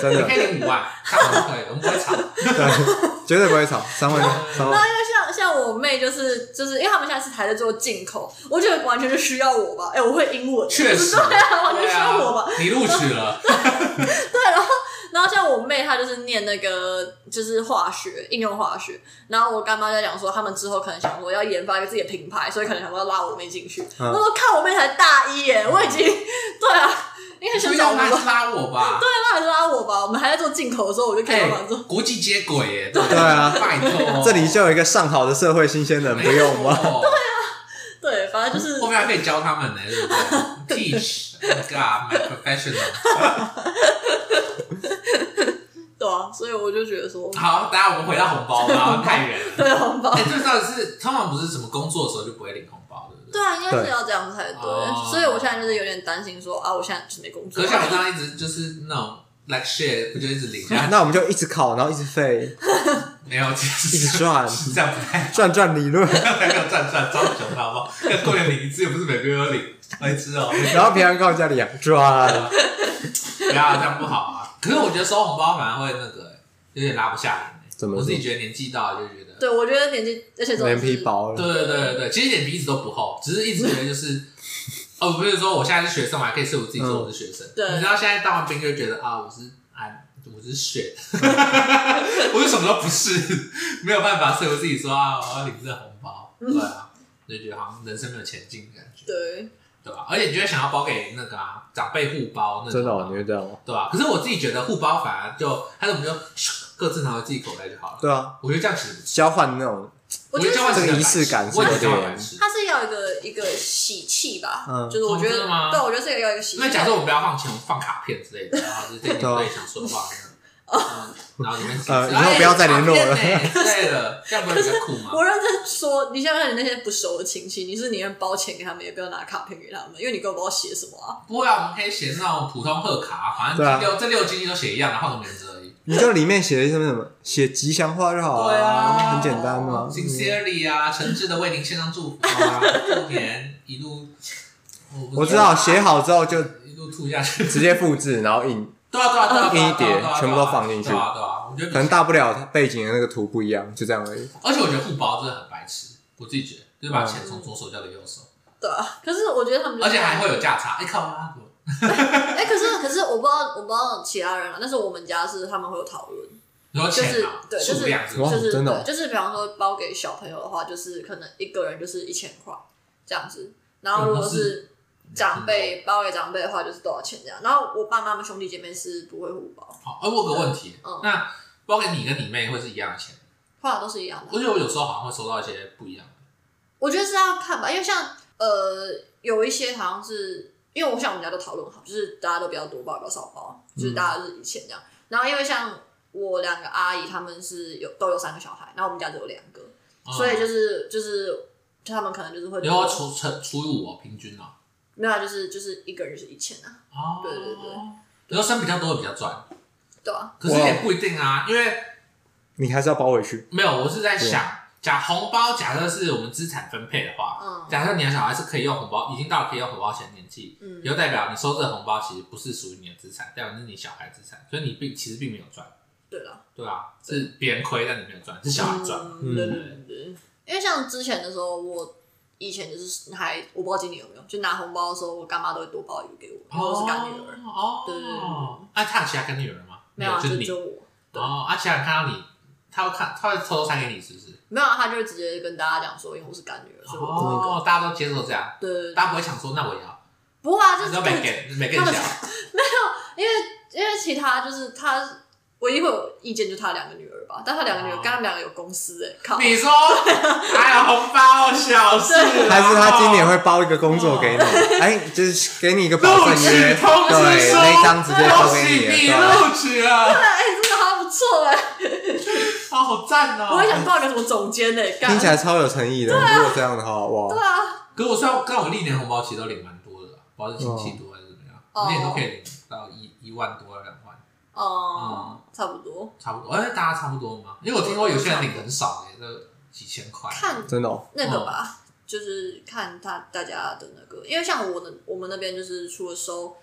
S2: 真
S1: 你
S2: 的
S1: 可以领五万，他们会，我们不会吵。
S2: 对，绝对不会吵，三万三万
S3: 因为像像我妹就是就是因为他们现在是还在做进口，我觉得完全是需要我吧。哎、我会英文，
S1: 确实，
S3: 对啊，
S2: 哦
S3: 完全需要我吧。
S1: 对啊你录取 了，
S3: 然后像我妹，她就是念那个就是化学应用化学，然后我干妈在讲说，他们之后可能想说要研发一个自己的品牌，所以可能想说要拉我妹进去。
S2: 嗯
S3: 我说看我妹才大一耶，我已
S1: 嗯
S3: 经 对啊，应该
S1: 所
S3: 想
S1: 以
S3: 找
S1: 要
S3: 我
S1: 拉
S3: 吧，
S1: 拉我 吧。
S3: 那还是拉我吧。我们还在做进口的时候，我就开
S2: 啊
S1: 哎
S3: 始忙做。，
S1: 国际接轨耶，对不
S2: 对啊
S1: 拜托，
S2: 这里就有一个上好的社会新鲜人，不用 吗？
S1: 吗？
S3: 对，反正就是
S1: 后面还可以教他们呢，对不对？Teach, oh my God, my professional。
S3: 对啊，所以我就觉得说，
S1: 好，等一下我们回到红包吧，太远了。
S3: 对红包
S1: 哎，，这到底是通常不是什么工作的时候就不会领红包，对不对？
S3: 对啊，应该是要这样才对。
S1: 哦
S3: 所以我现在就是有点担心说啊，我现在就是没工作
S1: 可。是像我这样一直就是那种 like shit，不就一直领？
S2: 那我们就一直考，然后一直废，
S1: 没有，其
S2: 一
S1: 实
S2: 直赚
S1: 这样不太好。
S2: 赚赚理论，
S1: 不要站站招穷好不好？ 要过年领一次，又不是每个月都领，白痴哦！
S2: 然后平常靠家里养赚。
S1: 不要这样不好啊。可是我觉得收红包反而会那个、有点拉不下脸、
S2: 怎么说
S1: 我自己觉得年纪到了就觉得，
S3: 对，我觉得年纪，而且这种
S2: 脸
S3: 是
S2: 皮，薄了，
S1: 对对对对对，其实脸皮一直都不厚，只是一直觉得 就是，哦，不是说我现在是学生，我还可以说我自己说我是学生。
S3: 嗯对
S1: 你知道现在当完兵就觉得啊，我是俺。我是 血，我是什么都不是，没有办法，所以我自己说啊，我要领这红包，对啊，就觉得好像人生没有前进的感觉，
S3: 对，
S1: 对吧、而且你就会想要包给那个啊长辈互包那种啊，
S2: 真的、哦，你会这样吗？
S1: 对吧、可是我自己觉得互包反而就，还是我们就咻各自拿回自己口袋就好了。
S2: 对啊，
S1: 我觉得这样其实不错，
S2: 交换那种
S3: 我觉得
S1: 交换
S2: 这
S1: 是
S2: 个
S1: 很
S2: 仪式感
S1: 白痴我也觉得
S2: 是有
S1: 很
S2: 点
S1: 白痴
S3: 它是要有一个一个喜气吧，
S2: 嗯
S3: 就是我觉
S1: 哦
S3: 得，
S1: 真的吗
S3: 对，我觉得这个要有一个喜气。
S1: 那假设我们不要放钱，我们放卡片之类的，然后就是对你
S2: 对啊
S1: 对想说的话，嗯然后你们
S2: 呃以后不要再联络了
S1: 之类的，这样不会比较酷吗？
S3: 我认真说，你想想你那些不熟的亲戚，你是宁愿包钱给他们，也不要拿卡片给他们，因为你根本不知道写什么啊。
S1: 不会啊，我们可以写那种普通贺卡，反
S2: 对
S1: 正
S2: 啊
S1: 六这六经济都写一样，然后换个名字而已。
S2: 你就里面写一些什么什么，写吉祥话就好
S1: 对啊
S2: 哦很简单嘛。嗯
S1: Sincerely 啊，诚挚的为您献上祝福啊，祝年一路。
S2: 嗯我知道，写好之后就
S1: 啊一路吐下去，
S2: 直接复制，然后印，
S1: 对啊对啊对啊，
S2: 一
S1: 对啊
S2: 叠
S1: 对啊对啊
S2: 全部都放进去
S1: 对啊对啊，我觉得
S2: 可能大不了它背景的那个图不一样，就这样而已。
S1: 而且我觉得互包真的很白痴，我自己觉得，就是把钱从左手交给右手，
S3: 对啊，可是我觉得他们就
S1: 而
S3: 是，
S1: 且还会有价差，哎靠妈，
S3: 哎、可是可是我不知道我不知道其他人啊，但是我们家是他们会有讨论，
S1: 然后钱啊，
S3: 就是对就是
S1: 数量是不
S2: 哇
S1: 是
S3: 就是、
S2: 真的哦
S3: 对就是比方说包给小朋友的话，就是可能一个人就是一千块这样子，然后如
S2: 嗯
S3: 果是长辈包给长辈的话，就是多少钱这样。然后我爸妈他们兄弟姐妹是不会互包，
S1: 好，哎，我有个问题
S3: 嗯，
S1: 那包给你跟你妹会是一样的钱？
S3: 话都是一样的。啊
S1: 而且我有时候好像会收到一些不一样的，
S3: 我觉得是要看吧，因为像呃有一些好像是因为我想我们家都讨论好，就是大家都比较多包，比较少包，就是大
S2: 嗯
S3: 家就是以前这样。然后因为像我两个阿姨他们是有都有三个小孩，然后我们家只有两个，
S2: 啊
S1: 嗯
S3: 所以就是就是。就他们可能就是会
S1: 然后除乘除以五哦，平均哦，
S3: 没有啊，就是就是一个人就是一千啊，
S1: 哦，
S3: 对对对，
S1: 然后生比较多的比较赚，
S3: 对啊，
S1: 可是
S2: 哇
S1: 也不一定啊，因为
S2: 你还是要包回去，
S1: 没有，我是在
S2: 对
S1: 想，假红包，假设是我们资产分配的话，
S3: 嗯
S1: 假设你的小孩是可以用红包，已经到了可以用红包钱的年纪，
S3: 嗯
S1: 也就代表你收这个红包其实不是属于你的资产，代表是你小孩资产，所以你并其实并没有赚，
S3: 对了，
S1: 对啊，是别人亏，但你没有赚，是小孩赚。
S3: 嗯，对对对对，因为像之前的时候，我以前就是还我不知道今年有没有，就拿红包的时候，我干妈都会多包一个给我，然后我是干女儿，
S1: 哦，
S3: 对对对对对
S1: 啊，他有其他干女儿吗？
S3: 没有啊，
S1: 就
S3: 就是
S1: 你
S3: 就我，对
S1: 哦，啊，其他人看到你，他会看，他会偷偷塞给你，是不是？
S3: 没有啊，他就直接跟大家讲说，因为我是干女儿，所以我多一个，
S1: 哦，大家都接受这样，
S3: 对对对，
S1: 大家不会想说那我也要，
S3: 不过啊，
S1: 你
S3: 就是
S1: 知道每个人每个人
S3: 他们
S1: 想，
S3: 因为因为其他就是他唯一会有意见就是他两个女儿吧，但他两个女儿
S1: 哦
S3: 跟他们两个有公司哎，靠，
S1: 你说还有红包小事啊，
S2: 还是他今年会包一个工作给你？ 哎，就是给你一个保
S1: 哦录
S2: 证
S1: 取
S2: 约，
S1: 通知
S2: 对，
S1: 书，
S2: 那一张直接包给
S1: 恭喜你
S2: 你了，对啊。
S1: 录取了，
S3: 哎，真的还不错哎，
S1: 啊，好赞哦！
S3: 我也想报个什么总监哎，干
S2: 听起来超有诚意的。
S1: 啊
S2: 如果这样的话，哇，
S3: 对啊。
S1: 可我虽然跟我历年红包其实都领蛮多的啦，不知道是亲戚多还是怎么样，
S3: 哦
S1: 每年都可以领到一一万多两万，嗯
S3: 哦、差不多。
S1: 差不多。哎，大家差不多吗？因为我听说有些人领很少的，都几千块。
S3: 看
S2: 真的哦，
S3: 那
S1: 嗯
S3: 个吧，就是看他大家的那个，因为像我的我们那边就是除了收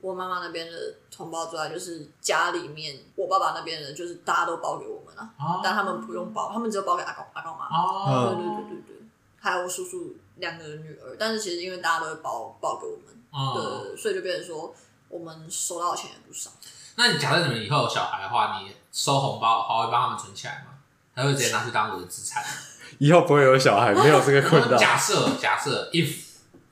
S3: 我妈妈那边的同胞之外，就是家里面我爸爸那边的，就是大家都包给我们了、
S1: 哦
S3: 但他们不用包，他们只有包给阿公阿公妈。
S1: 哦，
S3: 对对对对对，还有我叔叔两个女儿，但是其实因为大家都会包包给我们，
S1: 嗯，
S3: 对，所以就变成说我们收到的钱也不少。
S1: 那你假设你们以后有小孩的话，你收红包的话会帮他们存起来吗？还会直接拿去当我的资产？
S2: 以后不会有小孩，没有这个 困扰。
S1: 假设假设 if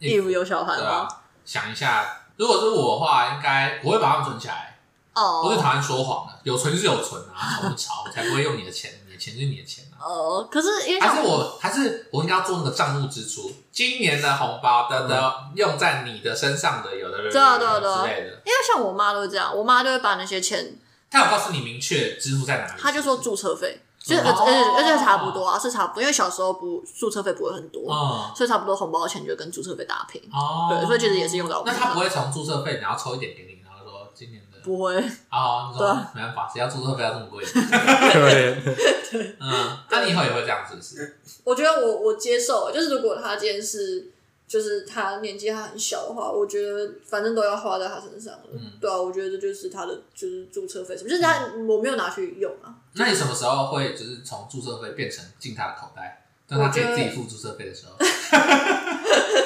S3: 义务有小孩
S1: 对
S3: 吗？
S1: 啊，想一下，如果是我的话，应该我会把他们存起来。我最
S3: 哦
S1: 讨厌说谎的，有存就是有存啊，吵就吵，我才不会用你的钱，你的钱就是你的钱啊。
S3: 哦，可是因为
S1: 还
S3: 像
S1: 是我，还是我应该要做那个账目支出，今年的红包的
S3: 嗯
S1: 的用在你的身上的，有的人
S3: 对啊对啊对啊
S1: 之类的。
S3: 因为像我妈都是这样，我妈就会把那些钱，
S1: 他有告诉你明确支付在哪里？
S3: 她就说注册费，就是而
S1: 哦
S3: 而且而且差不多啊，是差不多，因为小时候不注册费不会很多，
S1: 嗯，
S3: 所以差不多红包钱就跟注册费打平。
S1: 哦，
S3: 对，所以其实也是用到我
S1: 那
S3: 们
S1: 他不
S3: 的。
S1: 会从注册费，然后抽一点给你，然后说今年的
S3: 不会，
S1: 啊，你
S3: 对
S1: 说
S3: 啊
S1: 没办法，谁要注册费要这么 贵？
S2: 可怜，
S1: 嗯，那你以后也会这样是不是？
S3: 我觉得我我接受，欸就是如果他今天是，就是他年纪还很小的话，我觉得反正都要花在他身上了。
S1: 嗯
S3: 对啊，我觉得这就是他的就是注册费什么，就是他、我没有拿去用啊。
S1: 那你什么时候会就是从注册费变成进他的口袋，让他可以
S3: 我觉得
S1: 自己付注册费的时候？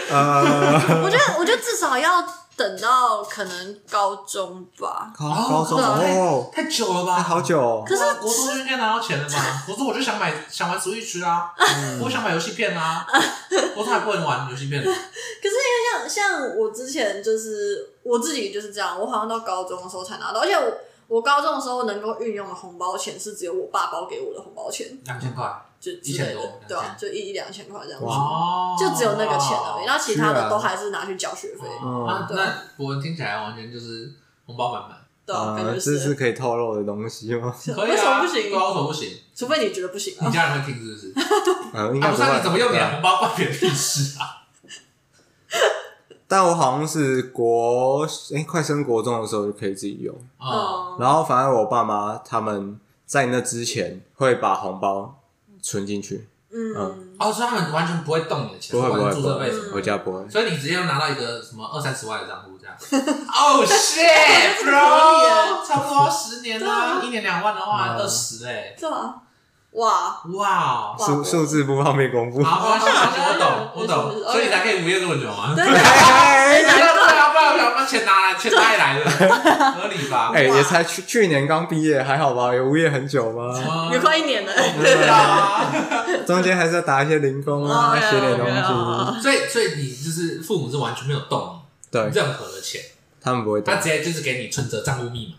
S2: 呃，
S3: 我觉得，我觉得至少要等到可能高中吧。
S2: 高哦高中
S3: 对
S2: 哦，
S1: 太久了吧，
S2: 那好久哦，
S3: 可是
S1: 哇国中就应该拿到钱了嘛？国中我就想买想玩 Switch 啊，
S2: 嗯
S1: 我想买游戏片 啊，国中还不能玩游戏片，
S3: 可是因为像像我之前就是我自己就是这样，我好像到高中的时候才拿到，而且我我高中的时候能够运用的红包钱是只有我爸包给我的红包钱，
S1: 两千块
S3: 就之类
S1: 一千
S3: 的
S1: 多，
S3: 对啊
S1: 两，
S3: 就一一两千块这样子，
S1: 哦
S3: 就只有那个钱而已，然后其他
S2: 居
S3: 的
S2: 然
S3: 都还是拿去缴学费，
S1: 哦
S2: 嗯
S1: 啊
S3: 对
S1: 那博文听起来完全就是红包满满，
S3: 对啊，
S2: 啊
S3: 感，觉
S2: 这是
S3: 是，
S2: 可以透露的东西吗？
S1: 可以啊，
S3: 为什么不行
S1: 对啊为什么不行？
S3: 除非你觉得不行
S1: 你
S3: 啊，
S1: 家人会听是不是？
S2: 呃，应
S1: 啊，
S2: 该
S1: 不
S2: 不
S1: 是啊，
S2: 会。
S1: 你怎么用你
S2: 对
S1: 的
S2: 啊
S1: 红包关别人屁事啊？
S2: 但我好像是国哎、快升国中的时候就可以自己用，
S1: 嗯，
S2: 然后反而我爸妈他们在那之前会把红包存进去，
S3: 嗯，
S1: 哦，所以他们完全不会动你的钱，
S2: 不会不
S1: 管
S2: 会
S1: 注
S2: 不
S1: 册费什
S2: 会，
S1: 么
S2: 我
S1: 的。
S2: 家不会。
S1: 所以你直接又拿到一个什么二三十万的账户 这样，Oh
S3: 这个可以耶
S1: shit，bro，差不多十年啦，
S3: 对啊
S1: 一年两万的话
S2: 嗯
S1: 二十哎，
S3: 对啊，哇，
S1: 哇哦，
S2: 数数字不方便公布。
S1: 好，没关系，没关系我懂，我
S3: 没事没
S1: 懂，
S3: 事
S1: 所以你才可以无业这么久吗？
S3: 哦对
S1: 对
S2: 哎、
S1: 啊，对啊，不然我想把钱拿来，钱哪里来的？合理吧？
S2: 哎也才去去年刚毕业，还好吧？有无业很久吗？
S1: 嗯
S3: 也快一年了。
S1: 不知道啊。
S2: 中间还是要打一些零工
S3: 哦
S2: 啊，
S3: ，OK，
S2: 写点
S3: OK，
S2: 东
S3: 哦
S2: 西。
S1: 所以，所以你就是父母是完全没有动
S2: 对
S1: 你，任何的钱，
S2: 他们不会
S1: 他
S2: 打。
S1: 直接就是给你存折账户密码。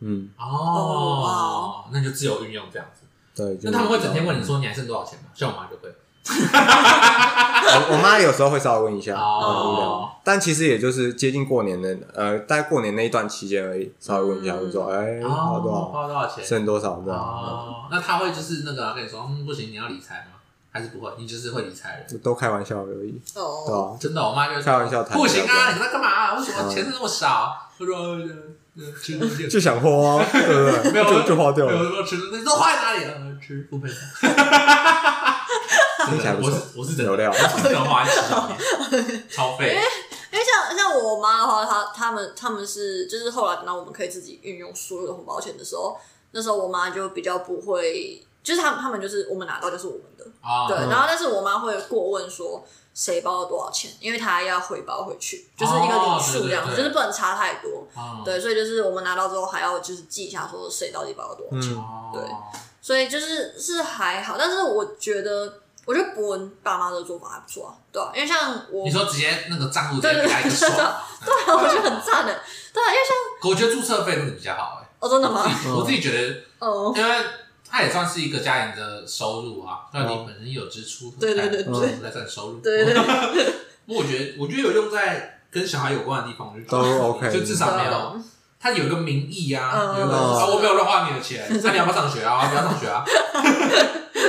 S2: 嗯，
S3: 哦哇哦
S1: 哦，那你就自由运用这样子。
S2: 对。就
S1: 那
S2: 是
S1: 他们会整天问你说你还剩多少钱吗？像我妈就会。
S2: 我我妈有时候会稍微问一下，
S1: 哦
S2: 嗯无聊但其实也就是接近过年的，呃，大概过年那一段期间而已，稍微问一下，
S3: 嗯
S2: 我就说，哎、
S1: 哦
S2: 花多少，
S1: 花多少钱？
S2: 剩多少这样，
S1: 哦，那他会就是那个跟你说，嗯，不行，你要理财吗？还是不会？你就是会理财的人。
S2: 就都开玩笑而已，对啊
S3: 哦，
S2: 吧、
S1: 真的，我妈就是
S2: 开玩笑谈
S1: 不行啊，
S2: 比较多
S1: 你在干嘛、为
S2: 嗯
S1: 什么钱是那么少？她说呃呃吃东西
S2: 就想花、啊，对不 对？
S1: 没有
S2: 就就花掉
S1: 没有
S2: 了，
S1: 没有吃，那都花在哪里了？呃吃不配 的。
S2: 听起来不
S1: 我
S2: 错
S1: 是我是真的
S2: 有料
S1: 我是真的花在吃上 面，超费。
S3: 因为像像我妈的话，她他们他们是就是后来等到我们可以自己运用所有的红包钱的时候，那时候我妈就比较不会，就是他们他们就是我们拿到就是我们的，
S1: 啊，
S3: 对。然后但是我妈会过问说谁包了多少钱，因为她要回包回去，就是一个
S1: 哦
S3: 礼数
S1: 对对
S3: 这样子，
S1: 对
S3: 就是不能差太多。
S1: 嗯，
S3: 对，所以就是我们拿到之后还要就是记一下说谁到底包了多少钱，
S2: 嗯，
S1: 哦
S3: 对所以就是是还好，但是我觉得我觉得博文爸妈的做法还不错啊，对啊因为像我
S1: 你说直接那个账户直接给他一个
S3: 对对对
S1: 爽， 对
S3: 对啊，我觉得很赞的。对啊，因为像
S1: 我觉得注册费那个比较好哎，
S3: 哦，真
S1: 我
S3: 的吗？
S1: 自己我自己觉得。
S3: 哦，
S1: 因为它也算是一个家庭的收入啊，那你
S2: 哦
S1: 本身也有支出，
S3: 嗯对对对
S1: 对，
S2: 对
S1: 来算收入。
S3: 对对
S1: 不
S3: 对
S1: 过我觉得，我觉得有用在跟小孩有关的地方，我就觉得
S2: 都 OK
S1: 就至少没有他有一个名义啊，
S3: 嗯
S1: 有一个
S2: 嗯
S1: 啊，我没有乱花你的 钱，那你要不要上学啊？不要上学 啊？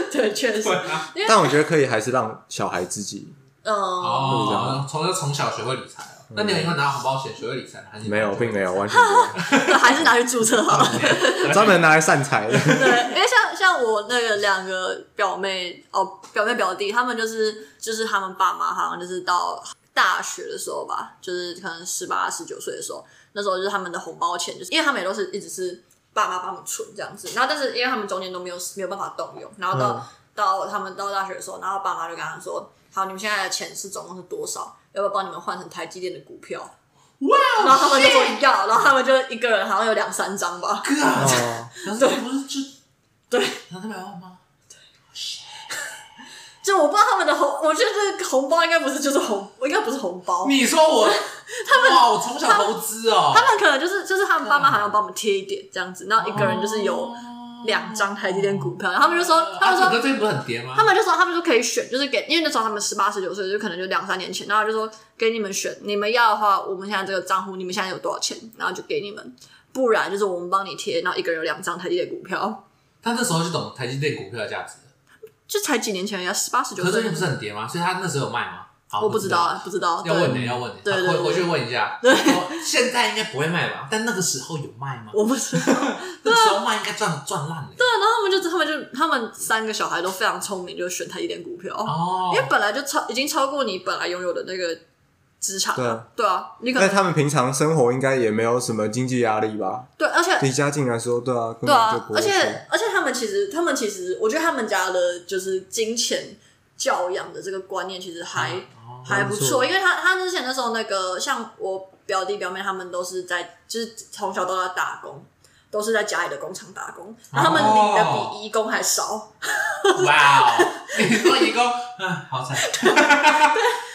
S3: 对，确实
S1: 对，啊，
S2: 但我觉得可以还是让小孩自己，
S3: 嗯，
S1: 哦，从从小学会理财哦。那你有因为拿红包钱学会理财吗？还是你
S2: 没有，并没有，完全
S3: 对还是拿去注册好了。
S2: 没有，专门拿来散财的，
S3: 对，因为像像我那个两个表妹哦，表妹表弟，他们就是就是他们爸妈好像就是到。大学的时候吧，就是可能十八、十九岁的时候，那时候就是他们的红包钱，就是因为他们也都是一直是爸妈帮他们存这样子，然后但是因为他们中间都没有没有办法动用，然后到、
S2: 嗯
S3: 到他们到大学的时候，然后爸妈就跟他说：“好，你们现在的钱是总共是多少？要不要帮你们换成台积电的股票？”哇！然后他们就说要，然后他们就一个人好像有两三张吧。
S2: 哦，
S1: 可是啊不是就
S3: 对，
S1: 两百万吗？
S3: 就我不知道他们的红，我觉得这个红包应该不是就是红，应该不是红包，
S1: 你说 我他们哇，我从小投资哦，
S3: 他们可能就是就是他们爸妈好像帮我们贴一点这样子，然后一个人就是有两张台积电股票，然后他们就哦说，他们
S1: 啊
S3: 说
S1: 可是最近不是很跌吗？
S3: 他们就说，他们就可以选，就是给，因为那时候他们十八、十九岁，就可能就两三年前，然后就说给你们选，你们要的话，我们现在这个账户，你们现在有多少钱，然后就给你们，不然就是我们帮你贴，然后一个人有两张台积电股票，
S1: 他那时候就懂台积电股票的价值了，
S3: 就才几年前而已啊，十八、十九
S1: 可是最
S3: 岁
S1: 近，不是很跌吗？所以他那时候有卖吗？好
S3: 我不知道，啊，不知道，
S1: 要问你，
S3: 对，
S1: 要问你，
S3: 对对
S1: 回
S3: 对
S1: 回去问一下。对，现在应该不会卖吧？但那个时候有卖吗？
S3: 我不知道。
S1: 那个时候卖应该赚赚烂了。
S3: 啊对，然后他们就他们就他们三个小孩都非常聪明，就选台积电股票，
S1: 哦
S3: 啊因，为本来就超已经超过你本来拥有的那个资产
S2: 对
S3: 了，
S2: 啊。
S3: 对啊，你可
S2: 那
S3: 能
S2: 他们平常生活应该也没有什么经济压力吧？
S3: 对，而且
S2: 以家境来说，对啊，根
S3: 对
S2: 本就
S3: 啊
S2: 不，会
S3: 而且
S2: 说
S3: 而且他们其实，他们其实，我觉得他们家的就是金钱教养的这个观念，其实还、
S1: 哦
S3: 还不
S2: 不错
S3: 错。因为他他之前那时候那个，像我表弟表妹他们都是在，就是从小到大打工，都是在家里的工厂打工，然后他们领的比义工还少。
S1: 哇哦！你说义工，嗯，好 惨。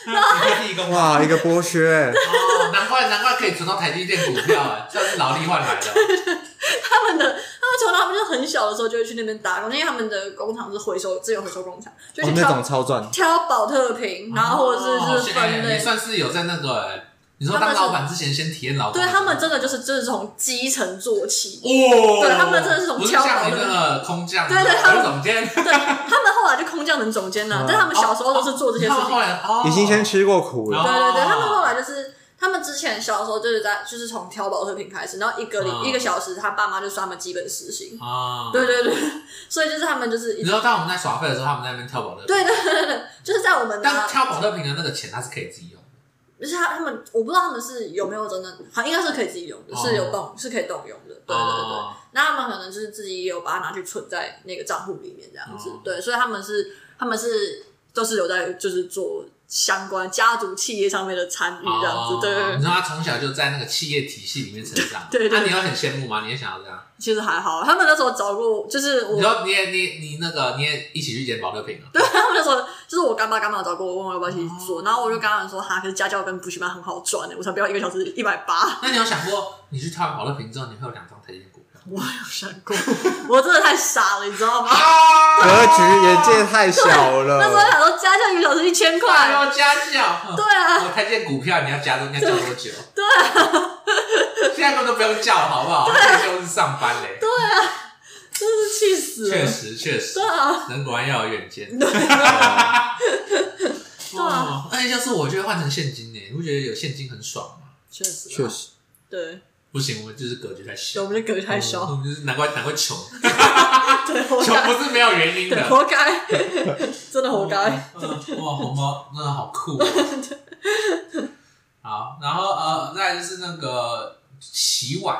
S1: 你说义工哇，
S2: 哇，一个剥削，欸
S1: 哦，难怪难怪可以存到台积电股票，哎，算是劳力换来的。
S3: 他们的他们从他们就很小的时候就会去那边打工，因为他们的工厂是回收资源回收工厂，就
S2: 哦
S3: 去，
S2: 那
S3: 挑、
S2: 种超赚，
S3: 挑保特瓶，然后或者是就是
S1: 哦哎
S3: 分类。
S1: 你算是有在那个，哎你说
S3: 他
S1: 当
S3: 们是
S1: 老板之前先体验劳动
S3: 对
S1: 的时候，
S3: 他们真的就是就是从基层做起，
S1: 哦，
S3: 对他们真的是从
S1: 不是
S3: 敲门
S1: 像你那个空降，
S3: 对对他们
S1: 总监，
S3: 对他们后来就空降人总监
S2: 嗯
S3: 了，但他们小时候都是做这些事
S1: 他们
S3: 情。
S1: 后来哦
S2: 已经先吃过苦
S1: 哦
S2: 了，
S3: 对对对，他们后来就是他们之前小时候就是在就是从挑保特瓶开始，然后一个礼、
S1: 嗯
S3: 一个小时，他爸妈就算他们基本时薪。
S1: 啊，
S3: 对。对对，所以就是他们就是一
S1: 你
S3: 直
S1: 知道，当我们在耍废的时候，他们在那边跳保乐瓶，
S3: 对对对对对，就是在我们的，
S1: 但跳保乐瓶的那个钱，他是可以自己用的。
S3: 就是他他们我不知道他们是有没有真的，好应该是可以自己用的，
S1: 哦
S3: 是有动是可以动用的。对对对对。
S1: 哦
S3: 那他们可能就是自己也有把它拿去存在那个账户里面这样子，
S1: 哦
S3: 对，所以他们是他们是都是有在就是做相关家族企业上面的参与这样子，
S1: 哦
S3: 对对
S1: 你
S3: 对，
S1: 知道他从小就在那个企业体系里面成长，
S3: 对对对
S1: 那、你有很羡慕吗？你也想要这样？
S3: 其实还好，他们那时候找过，就是我
S1: 你说你也你你那个你也一起去捡保乐瓶啊？
S3: 对他们那时候就是我干爸干妈有找过我，问我要不要一起做，然后我就跟他们说哈，可是家教跟补习班很好赚的、欸我才不要一个小时一百 八，
S1: 那你有想过你去跳完保乐瓶之后，你会有两张台积电股票？
S3: 我有想过， 我真的太傻了，你知道吗？
S1: 啊
S2: 格局眼界太小
S3: 那时候
S2: 了。
S3: 想说家教一个小时一千块，
S1: 要加价，
S3: 对啊，
S1: 我台积电股票你要加多，你要加多久？对啊，现在根本都不用叫了，好不好？退休是上班嘞，
S3: 真是气死
S1: 确
S3: 了，
S1: 实确实
S3: 对，啊。
S1: 人果然要有远见。
S3: 啊
S1: 哦，而且就是我觉得换成现金呢，你不觉得有现金很爽吗？
S3: 确实，
S2: 确，实，
S3: 对，
S1: 不行，我们就是格局太小
S3: 我，们的格局太
S1: 我
S3: 小，
S1: 们就是难怪难怪穷，
S3: 对，活
S1: 穷
S3: 该，
S1: 不是没有原因
S3: 对，
S1: 的。
S3: 活该， 真的活该。
S1: 嗯 哇，红包真的好酷、哦。 好，然后呃，再来就是那个洗碗，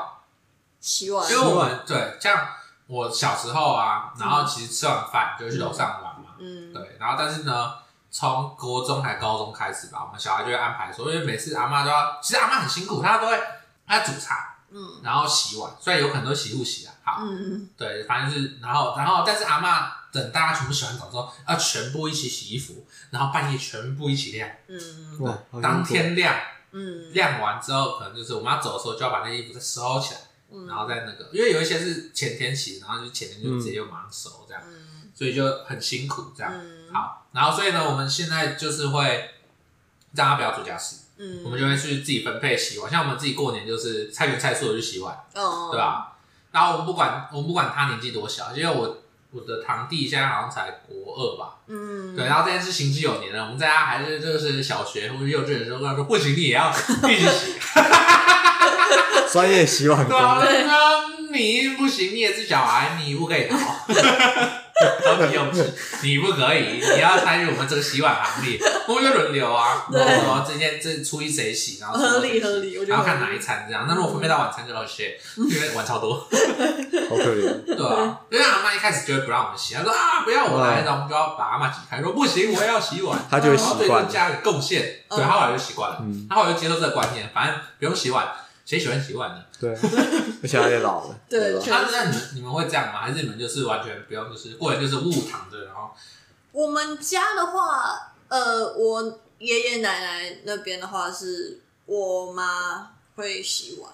S3: 洗碗
S1: 因为我们对像我小时候啊，然后其实吃完饭就去楼上玩嘛，
S3: 嗯，
S1: 对，然后但是呢，从国中还高中开始吧，我们小孩就会安排说，因为每次阿妈都要，其实阿妈很辛苦，她都会她煮茶，
S3: 嗯，
S1: 然后洗碗，虽然有可能都洗不洗啊，好，
S3: 嗯，
S1: 对，反正就是，然后然后但是阿妈等大家全部洗完澡之后，要全部一起洗衣服，然后半夜全部一起晾，
S3: 嗯，
S2: 哇，好辛苦
S1: 当天晾，
S3: 嗯，
S1: 晾完之后，可能就是我们要走的时候就要把那衣服再收起来。
S3: 嗯，
S1: 然后再那个，因为有一些是前天洗，然后就前天就直接就马上熟这样，
S3: 嗯，
S1: 所以就很辛苦这样。
S3: 嗯，，
S1: 好，然后所以呢，我们现在就是会让他不要做家事，
S3: 嗯，
S1: 我们就会去自己分配洗碗。像我们自己过年就是菜园菜蔬的去洗碗，
S3: 哦，
S1: 对？啊吧？然后我们不管我们不管他年纪多小，因为我我的堂弟现在好像才国二吧，
S3: 嗯，
S1: 对，然后这件事行之有年了。我们在他还是就是小学或者幼稚园的时候，跟他说不行，你也要一起 洗。
S2: 专业洗碗
S1: 对啊，
S2: 工，
S1: 那你不行，你也是小孩，你不可以逃。 都你有吃，你不可以，你要参与我们这个洗碗行列，我们就轮流啊。
S3: 对
S1: 然后今天这初一谁洗，然后初二
S3: 合理
S1: 谁洗
S3: 合理我觉得
S1: 然后看
S3: 合理
S1: 哪一餐这样。那如果分配到晚餐就要学，因为碗超多，
S2: 好可 怜。
S1: 对啊，因为阿妈一开始就会不让我们洗，她说啊不要我来，
S2: 嗯
S1: 然后我们就要把阿妈挤开，说不行，我要洗碗。
S2: 他就会
S1: 然后
S2: 习
S1: 对这个
S2: 惯，
S1: 家的贡献，对，
S3: 嗯
S1: 他后来就习惯了，
S2: 嗯，
S1: 他后来就接受这个观念，反正不用洗碗，谁喜欢洗碗呢？
S2: 对，而且他也老了，
S3: 对
S2: 吧
S3: 确？
S1: 那那你你们会这样吗？还是你们就是完全不用，就是过来就是误躺着，然后
S3: 我们家的话，呃，我爷爷奶奶那边的话是我妈会洗碗，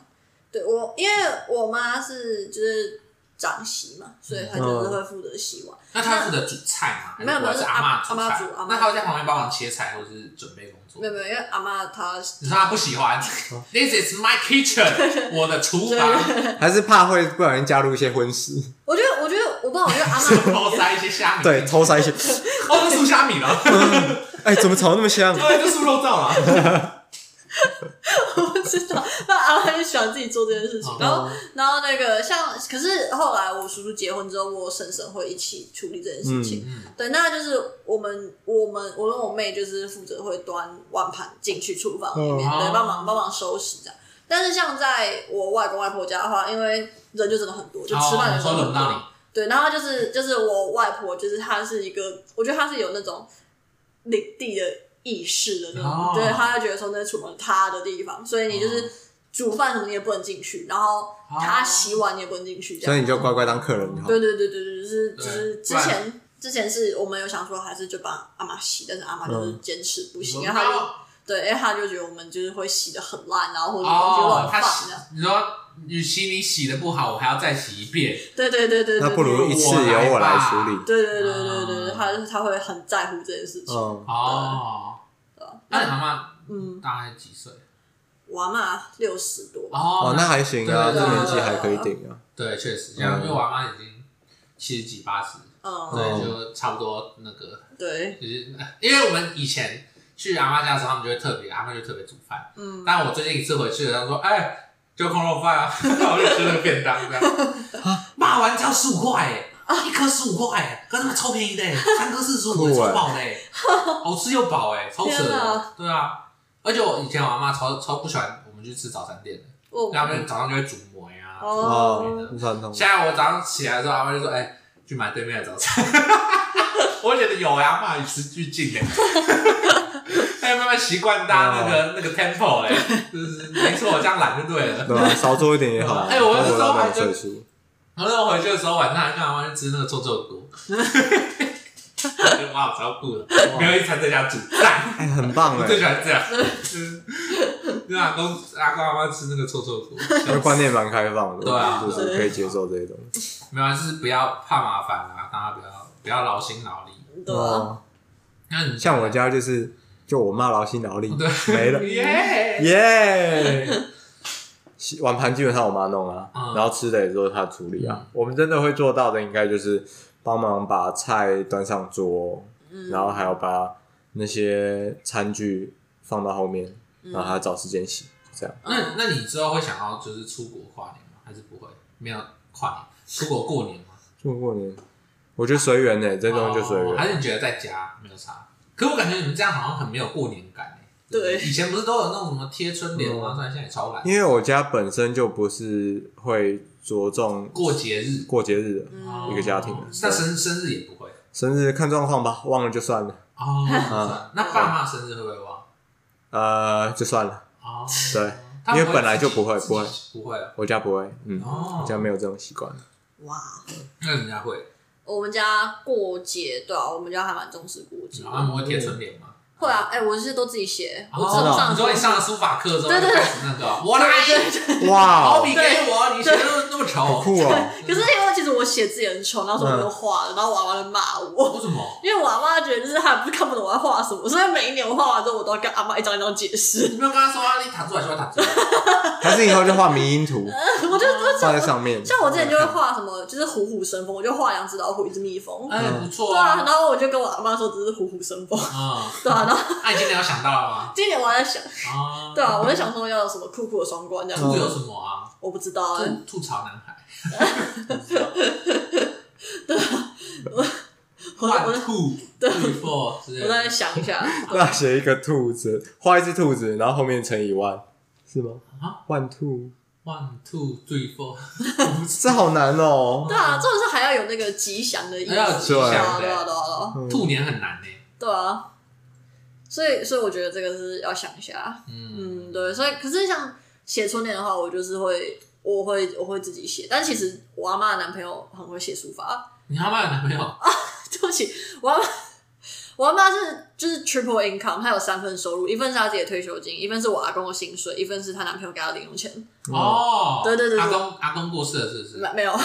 S3: 对我，因为我妈是就是长媳嘛，所以她就是会负责洗碗。
S1: 那他负责煮菜吗？还
S3: 没有没有
S1: 或者是
S3: 是
S1: 阿
S3: 阿
S1: 嬷煮
S3: 阿嬷
S1: 菜
S3: 煮阿嬷
S1: 那他会在旁边帮忙切菜或者是准备工作
S3: 没。有没有，因为阿妈她
S1: 你说他不喜欢 ，This is my kitchen，我的 厨房，
S2: 还是怕会不小心加入一些荤食，
S3: 我觉得，我觉得我不知道，我觉得阿 妈，
S1: 偷塞一些虾米，
S2: 对，，偷塞一些，
S1: 哦，这素虾米了，
S2: 哎，怎么炒得那么香？
S1: 对，这素肉燥了，
S3: 我不知道， 那阿妈就喜欢自己做这件事
S1: 嗯
S3: 情。然后，然后那个像，可是后来我叔叔结婚之后，我婶婶会一起处理这件事情。
S1: 嗯
S3: 对，那就是我们，我们，我跟我妹就是负责会端碗盘进去厨房里面，
S1: 哦
S3: 对，帮忙帮忙收拾这样。但是像在我外公外婆家的话，因为人就真的很多，就吃饭
S1: 哦，
S3: 的
S1: 你
S3: 时候
S1: 说轮不
S3: 很多。
S1: 到你，
S3: 对，然后就是就是我外婆，就是她是一个，我觉得她是有那种领地的意识的那种，
S1: 哦
S3: 对，她就觉得说那是厨房她的地方，所以你就是煮饭什么你也不能进去，然后
S1: 哦
S3: 她洗碗你也不能进去，这
S2: 所以
S3: 样。
S2: 你就乖乖当客人就好。
S3: 对对对对对，就是
S1: 对
S3: 就是之
S1: 不
S3: 前之前是我们有想说还是就帮阿妈洗，但是阿妈就是
S2: 嗯
S3: 坚持不行，
S1: 轮
S3: 然
S1: 不
S3: 后她就
S1: 到
S3: 对，因为她就觉得我们就是会洗的很烂，然后或者东西
S1: 哦
S3: 乱，
S1: 他
S3: 放啊
S1: 洗
S3: 这样，，
S1: 你说，与其你洗的不好，我还要再洗一遍，
S3: 对对对对对，
S2: 那不如一次由我来处理。
S3: 对对对对对对，
S1: 啊
S3: 她她会很在乎这件事情。
S2: 嗯，
S1: 哦，那你妈妈
S3: 嗯，
S1: 大概几岁？
S3: 我阿妈六十多，
S1: 哦
S2: 哦，那还行啊，
S1: 对
S2: 这
S1: 对对
S2: 年纪还可以顶啊。
S1: 对，确实，像因为我妈已经七十几、八十，
S3: 嗯，
S1: 所
S2: 哦
S1: 以就差不多那个，
S3: 对，
S1: 就是因为我们以前去阿妈家的时候，他们就会特别，阿妈就特别煮饭。
S3: 嗯，
S1: 但我最近一次回去，他说：“哎，就空肉饭啊，然后我就吃那个便当这样。” 骂完只要十五块哎，一颗十五块哎，跟他们超便宜的哎，三颗四十五，
S2: 酷
S1: 超
S2: 哎
S1: 饱的哎，好吃又饱哎，超扯
S3: 天
S1: 的
S3: 哪。
S1: 对啊，而且我以前我阿妈超超不喜欢我们去吃早餐店的，
S3: 我
S1: 他们早上就会煮馍呀。煮
S2: 哦
S3: 嗯哦，，
S2: 很传统。
S1: 现在我早上起来的时候，阿妈就说：“哎、去买对面的早餐。” 我觉得有呀、阿妈与时俱进 哎、哎，慢慢习惯搭那
S2: 哦
S1: 个、那个 tempo 哎、就是没错，这样懒就对了。
S2: 对吧？少做一点也好啊。
S1: 哎我那时候
S2: 活到
S1: 还
S2: 那
S1: 真
S2: 岁数，
S1: 然后我回去的时候，晚上还跟阿妈去吃那个臭臭锅，我觉得哇，我超酷的，没有一餐在家煮饭，
S2: 哎，很棒
S1: 我
S2: 哎
S1: 最，喜欢这样。就是跟阿公阿公阿妈吃那个臭臭锅，
S2: 这观念蛮开放的，
S1: 对啊
S2: 就是可以接受这些东西。
S1: 没有啊，就是不要怕麻烦啦、大家不要不要劳心劳力。
S3: 对啊，
S1: 那你
S2: 哦像我家就是，就我妈劳心劳力
S1: 对，
S2: 没了，
S1: 耶，
S2: 耶！ 洗碗盘基本上我妈弄啊
S1: 嗯，
S2: 然后吃的也都是她处理啊。我们真的会做到的，应该就是帮忙把菜端上桌，
S1: 嗯
S2: 然后还要把那些餐具放到后面，
S1: 嗯
S2: 然后她找时间洗，就这样。
S1: 那那你之后会想要就是出国跨年吗？还是不会？没有跨年，出国过年吗？
S2: 做过年，我觉得随缘呢，这东西就随
S1: 哦还
S2: 缘。
S1: 是你觉得在家没有差？可我感觉你们这样好像很没有过年感哎。
S3: 对
S1: 以前不是都有那种什么贴春联吗？
S2: 嗯
S1: 虽然现在也超懒，
S2: 因为我家本身就不是会着重
S1: 过节日
S2: 过节日的，
S3: 嗯
S2: 一个家庭
S1: 哦那生生日也不会
S2: 生日看状况吧，忘了就算了，
S1: 哦。那爸妈生日会不会忘？
S2: 呃，就算了。
S1: 哦，
S2: 对，
S1: 他们
S2: 因为本来就不会
S1: 自己
S2: 不会
S1: 自己不会哦
S2: 我家不会，嗯，
S1: 哦
S2: 我。家没有这种习惯。
S3: 哇，
S1: 那人家会，啊
S3: 我们家过节对啊，我们家还蛮重视过节
S1: 然，后他们会贴春联吗？
S3: 会啊，哎，我是都自己写，我
S2: 真的哦
S3: 上上
S1: 你说你上了书法课之后，
S3: 对对对
S1: 开始那个我来，
S2: 哇
S1: 毛笔给我，你写的那么丑，
S2: 好酷 哦！
S3: 可是因为其实我写字也很丑，然后什么都画了，然后我娃娃就骂我。
S1: 为什么？
S3: 因为我阿妈觉得就是她也不是看不懂我在画什么，所以每一年我画完之后，我都要跟阿妈一张一张解释。
S1: 你没有跟他说啊，你躺出来，喜欢躺出来。
S2: 还是以后就画迷因图
S3: 我就
S2: 画在上面，
S3: 像我之前就会画什么，就是虎虎生风，我就画两只老虎，一只蜜蜂。
S1: 哎，
S2: 嗯
S1: 不错
S3: 对啊，然
S1: 啊。
S3: 后我就跟我阿妈说这是虎虎生风，
S1: 嗯，
S3: 对啊，然后
S1: 那你今天有想到了吗？
S3: 今年我还在想，
S1: 啊，
S3: 对啊，我在想说要有什么酷酷的双关这样
S1: 兔
S3: 子，
S1: 有什么啊？
S3: 我不知道哎、
S1: 吐吐槽男孩。
S3: 我我
S1: one two three four 之类
S3: 我再
S1: 的，
S3: 想一下，
S2: 那写一个兔子，画一只兔子，然后后面乘以万，是吗？
S1: 啊
S2: 万兔，
S1: one two three four，
S2: 这好难哦、
S3: 对啊，重点是还要有那个吉祥的意思，
S1: 还要有吉
S3: 对
S1: 祥
S3: 啊，
S1: 的
S3: 对啊，对啊，对啊，
S2: 嗯
S1: 兔年很难呢。
S3: 对啊。所以，所以我觉得这个是要想一下，
S1: 嗯，
S3: 嗯，对。所以，可是像写春联的话，我就是会，我会，我会自己写。但其实我阿妈的男朋友很会写书法，
S1: 你他妈有男 朋友？
S2: 嗯
S3: 对不起，我阿妈，我阿妈是就是 triple income，她有三份收入，一份是她自己的退休金，一份是我阿公的薪水，一份是她男朋友给她的零用钱。
S1: 哦，
S3: 对对对对
S1: 阿公阿公过世了是不是？
S3: 没没有， 阿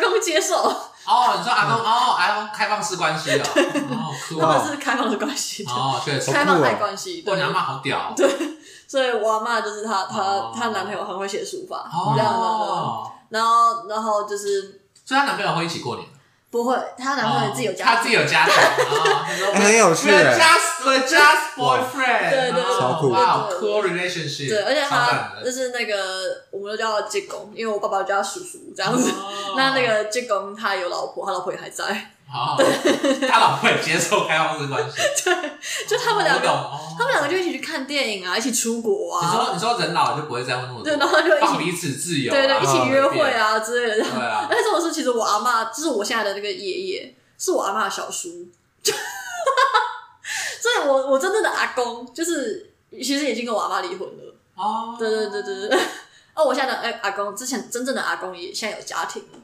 S3: 公接受，
S1: 哦，你说阿公哦，阿公开放式关系哦，哦酷
S3: 他
S1: 哦，
S3: 们是开放的关系，
S1: 哦确实
S2: 酷哦
S3: 开放爱关系，
S1: 我
S3: 对。
S1: 娘妈好哦屌，对，
S3: 所以我阿妈就是她，她
S1: 哦
S3: 她男朋友很会写书法，这样的。
S1: 哦，
S3: 然后然后就是
S1: 所以她男朋友会一起过年，哦
S3: 不会，她男朋友自己有家，
S1: 他自己有 家庭，哦她说
S2: 哎很有趣
S1: We're
S2: 哎
S1: just we're just boyfriend，哦
S3: 对对对
S2: 超酷
S1: 哇
S3: 对对
S1: ，cool relationship，
S3: 对，而且
S1: 超赞
S3: 她
S1: 的
S3: 就是那个我们都叫她济公，因为我爸爸叫她叔叔这样子。
S1: 哦
S3: 那那个济公他有老婆，他老婆也还在，
S1: 好，他老婆也接受开放式关系，
S3: 就 他们两
S1: 我懂
S3: 个，
S1: 哦
S3: 他们两个就一起去看电影啊，一起出国
S1: 你
S3: 啊，
S1: 说你说人老了就不会再婚那么多，
S3: 对，然后就一
S1: 放
S3: 起
S1: 彼此自由啊，
S3: 对对一起约会
S1: 啊，
S3: 啊之类的这样
S1: 对。啊，
S3: 但是我是其实我阿妈，就是我现在的那个爷爷，是我阿妈的小叔， 所以我我真正的阿公就是其实已经跟我阿妈离婚了。
S1: 哦，
S3: 对对对对对。 哦，我现在的哎、阿公之前真正的阿公也现在有家庭了。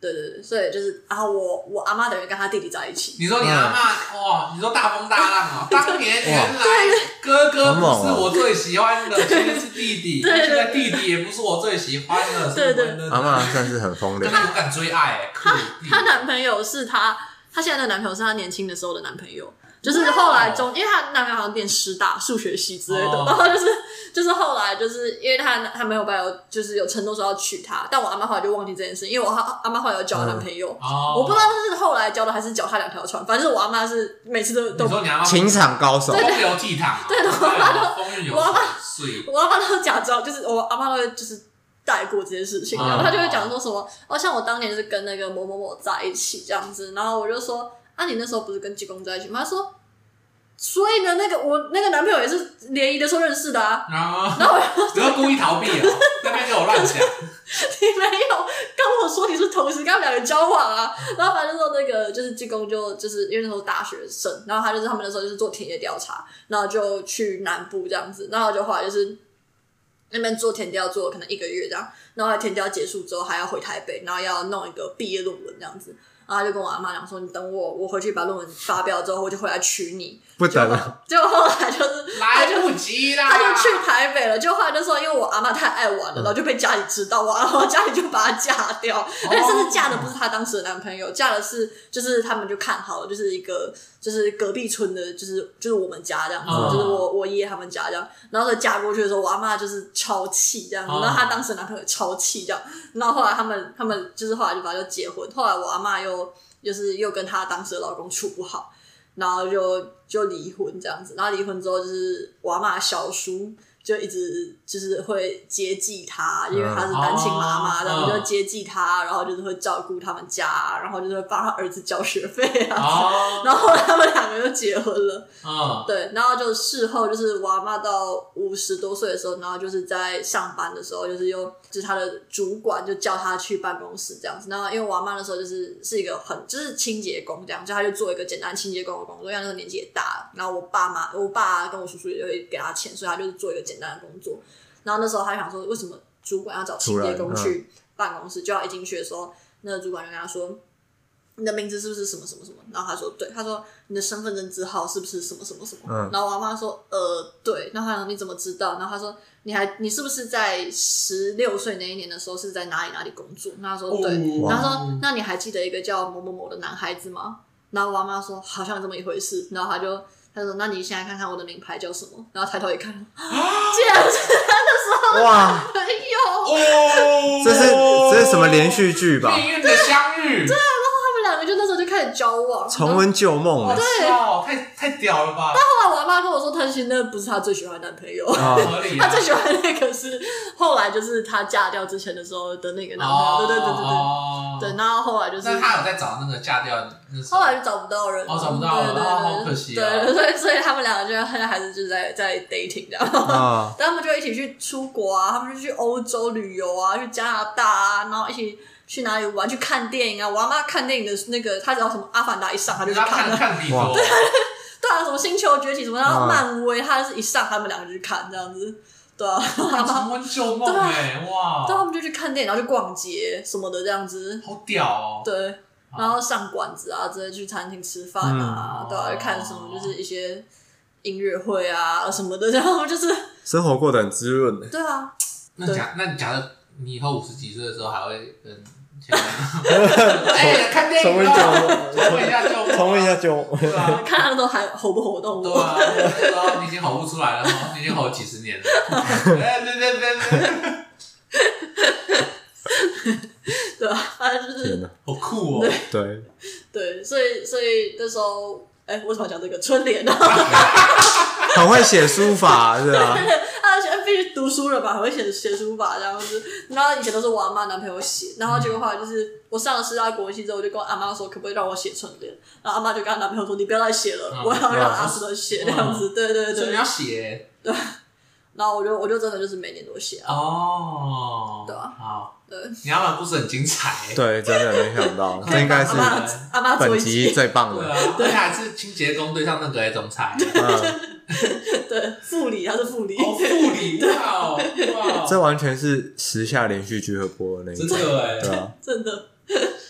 S3: 对对对，所以就是然后我我阿妈等于跟他弟弟在一起。
S1: 你说你
S3: 嗯
S1: 阿妈哇，你说大风大浪 哦，当年原来哥哥不是我最喜欢的，现在是弟弟，
S3: 对对
S1: 现在弟弟也不是我最喜欢的，
S3: 对对
S1: 是我的
S2: 阿妈算是很风流
S1: 真，的有敢追爱，欸酷弟
S3: 她男朋友是她，她现在的男朋友是她年轻的时候的男朋友，就是后来中，因为她男朋友好像念师大数学系之类的，
S1: 哦
S3: 然后就是就是后来就是因为她她没有办法，就是有承诺说要娶她，但我阿妈后来就忘记这件事，因为我阿阿妈后来有交男朋友，
S1: 哦，
S3: 我不知道是后来交的还是脚踏两条船，反正我阿妈是每次都
S1: 你
S3: 都。
S1: 说你阿妈
S2: 情场高手，
S1: 风流倜傥啊，对
S3: 对我妈
S1: 都风韵有
S3: 我妈
S1: 水，
S3: 我阿妈都假装，就是我阿妈都会就是带过这件事情，啊然后
S1: 嗯
S3: 她就会讲说什么，哦，像我当年就是跟那个某某某在一起这样子，然后我就说，啊，你那时候不是跟济公在一起吗？她说，所以呢，那个我那个男朋友也是联谊的时候认识的啊，
S1: 然后你要故意逃避哦，在那边给我乱讲，
S3: 你没有跟我说你是同时跟他们两个交往啊，然后反正说那个就是济公就就是因为那时候大学生，然后他就是他们那时候就是做田野调查，然后就去南部这样子，然后就后来就是那边做田调做了可能一个月这样，然后田调结束之后还要回台北，然后要弄一个毕业论文这样子，然后他就跟我阿妈讲说，你等我，我回去把论文发表之后，我就回来娶你。
S2: 不等了，
S3: 结果后来就是
S1: 来不及啦，
S3: 他就去台北了，就后来就说，因为我阿妈太爱玩了，然后就被家里知道，我 阿妈家里就把她嫁掉，而且甚至嫁的不是她当时的男朋友，嫁的是就是他们就看好了，就是一个就是隔壁村的，就是就是我们家这样子，
S1: 嗯
S3: 就是我我爷爷他们家这样，然后就嫁过去的时候，我阿妈就是超气这样子，
S1: 嗯
S3: 然后她当时的男朋友超气这样，然后后来他们他们就是后来就把就结婚，后来我阿妈又就是又跟她当时的老公处不好，然后就就离婚这样子，然后离婚之后就是我阿妈小叔就一直就是会接济她，因为她是单亲妈妈，
S1: 嗯
S3: 然后
S1: 哦
S3: 就接济她，然后就是会照顾他们家，然后就是会帮她儿子交学费啊。
S1: 哦，
S3: 然后后来他们两个就结婚了，
S1: 嗯，
S3: 对，然后就事后就是我阿妈到五十多岁的时候，然后就是在上班的时候，就是又就是她的主管就叫她去办公室这样子。然后因为我阿妈那时候就是是一个很就是清洁工这样，就她就做一个简单清洁工的工作，因为她那时候年纪也大了。然后我爸妈、我爸跟我叔叔也会给她钱，所以她就是做一个简单的工作。然后那时候她想说，为什么主管要找清洁
S2: 突
S3: 工
S2: 然嗯
S3: 去办公室？就要一进去的时候，那个主管就跟她说。你的名字是不是什么什么什么？然后他说对，他说你的身份证字号是不是什么什么什么？
S2: 嗯
S3: 然后我阿妈说呃对，然后他说你怎么知道？然后他说你还你是不是在十六岁那一年的时候是在哪里哪里工作？然后他说对，
S1: 哦
S3: 然后他说那你还记得一个叫某某某的男孩子吗？然后我阿妈说好像有这么一回事，然后他就。他说：“那你现在看看我的名牌叫什么？”然后抬头一看，竟然是
S2: 哇，
S3: 哎呦，
S1: 哦，
S2: 这是这是什么连续剧
S3: 啊
S2: 吧？
S1: 命运的相遇，
S3: 他们两个就那时候就开始交往。
S2: 重温旧梦，
S1: 好
S2: 哎
S1: 笑，太太屌了吧？
S3: 后来我阿爸跟我说，他其实那不是他最喜欢的男朋友，
S2: 啊，
S1: 合理啊。
S3: 他最喜欢那个是后来就是他嫁掉之前的时候的那个男朋友，
S1: 哦，
S3: 对对对对对。
S1: 对
S3: 对，然后后来就是
S1: 那他有在找那个嫁掉那时候
S3: 后来就找不到人了，
S1: 哦找不到了
S3: 对对对
S1: 哦好可惜啊
S3: 对，所以所以他们两个就现在还是就是在在 dating 这样，
S2: 啊，
S3: 但他们就一起去出国啊，他们就去欧洲旅游啊，去加拿大啊，然后一起去哪里玩，去看电影啊。我阿妈看电影的那个，她只要什么《阿凡达》一上，她就
S1: 就是
S3: 去
S1: 他看
S3: 看了。
S1: 看比多
S2: 哇，
S3: 对啊，什么《星球崛起》什么，然后
S2: 啊
S3: 漫威，她是一上，他们两个就去看这样子。对啊，
S1: 哇重温旧梦哎，哇，
S3: 对，他啊们就去看电影，然后去逛街什么的这样子。
S1: 好屌哦！
S3: 对，然后上馆子啊，直接去餐厅吃饭啊，
S1: 嗯
S3: 对啊，看什么就是一些音乐会啊什么的，然后
S1: 哦
S3: 就是
S2: 生活过得很滋润呢。
S3: 对啊，
S1: 那
S3: 对
S1: 假那你假设你以后五十几岁的时候还会跟前 任哎看电
S2: 重
S1: 影
S2: 温
S1: 啊，
S2: 旧
S1: 重温一
S2: 梦，
S1: 下旧梦，
S2: 重温一下旧梦。
S1: 对啊，
S3: 看他们都还活不活动
S1: 对
S3: 我。
S1: 啊，对啊，你已经吼不出来了吗？你已经吼几十 年了。哎，对对对对，
S3: 对啊，反正就是
S2: 天哪，
S1: 好酷哦！
S2: 对，
S3: 对，所以所以那时候，哎、为什么要讲这个春联呢？啊
S2: 很会写书法是吧？
S3: 他现在必须读书了吧，还会写写书法这样子。然后以前都是我阿妈男朋友写，然后结果后来就是我上了师大国际之后，我就跟我阿妈说，可不可以让我写春联？然后阿妈就跟她男朋友说，你不要再写了，
S1: 嗯
S3: 我要让阿斯德写这样子。对对
S1: 所以
S3: 对
S1: 你。要写
S3: 然后我就我就真的就是每年都写啊，
S1: 哦，
S3: 对啊
S1: 好，
S3: 对，
S1: 你要把故事很精彩。
S2: 对，真的没想到，这应该是
S3: 阿妈阿妈做
S2: 本
S3: 一
S2: 集
S3: 集，
S2: 最棒
S1: 对
S2: 的。
S1: 啊，而且还是清洁工对上那个哎总裁，
S2: 嗯，
S3: 对，副理他是副理，
S1: 哦，副理，哇哦， 哇
S2: 这
S1: 哦，
S2: 完全是时下连续剧合播的那一
S1: 真
S2: 种，
S1: 的哎，
S2: 对啊，
S3: 真的。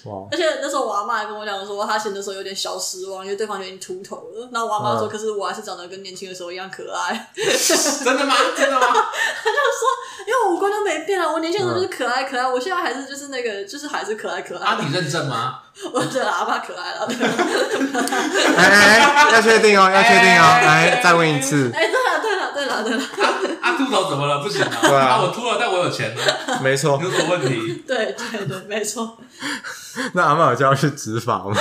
S2: 哇，
S3: 而且那时候我阿妈还跟我讲说，她写的时候有点小失望，因为对方就已经秃头了。那我阿妈说，
S2: 嗯
S3: 可是我还是长得跟年轻的时候一样可爱，
S1: 真的吗？真的吗？
S3: 因为我五官都没变啊，我年轻的时候就是可爱可爱，我现在还是就是那个，就是还是可爱可爱
S1: 啊，。你认证吗？
S3: 我对了，阿妈可爱了。 对
S2: 哎哎，哎要确定哦，要确定哦，
S1: 哎
S2: 来再问一次，
S3: 哎，对了对了对了对了，
S1: 啊，秃头怎么了？不行啊！
S2: 对啊
S1: 我秃了，但我有钱呢，
S2: 没错。
S1: 有什么问题？
S3: 对对对，没错。
S2: 那阿妈有教去执法吗？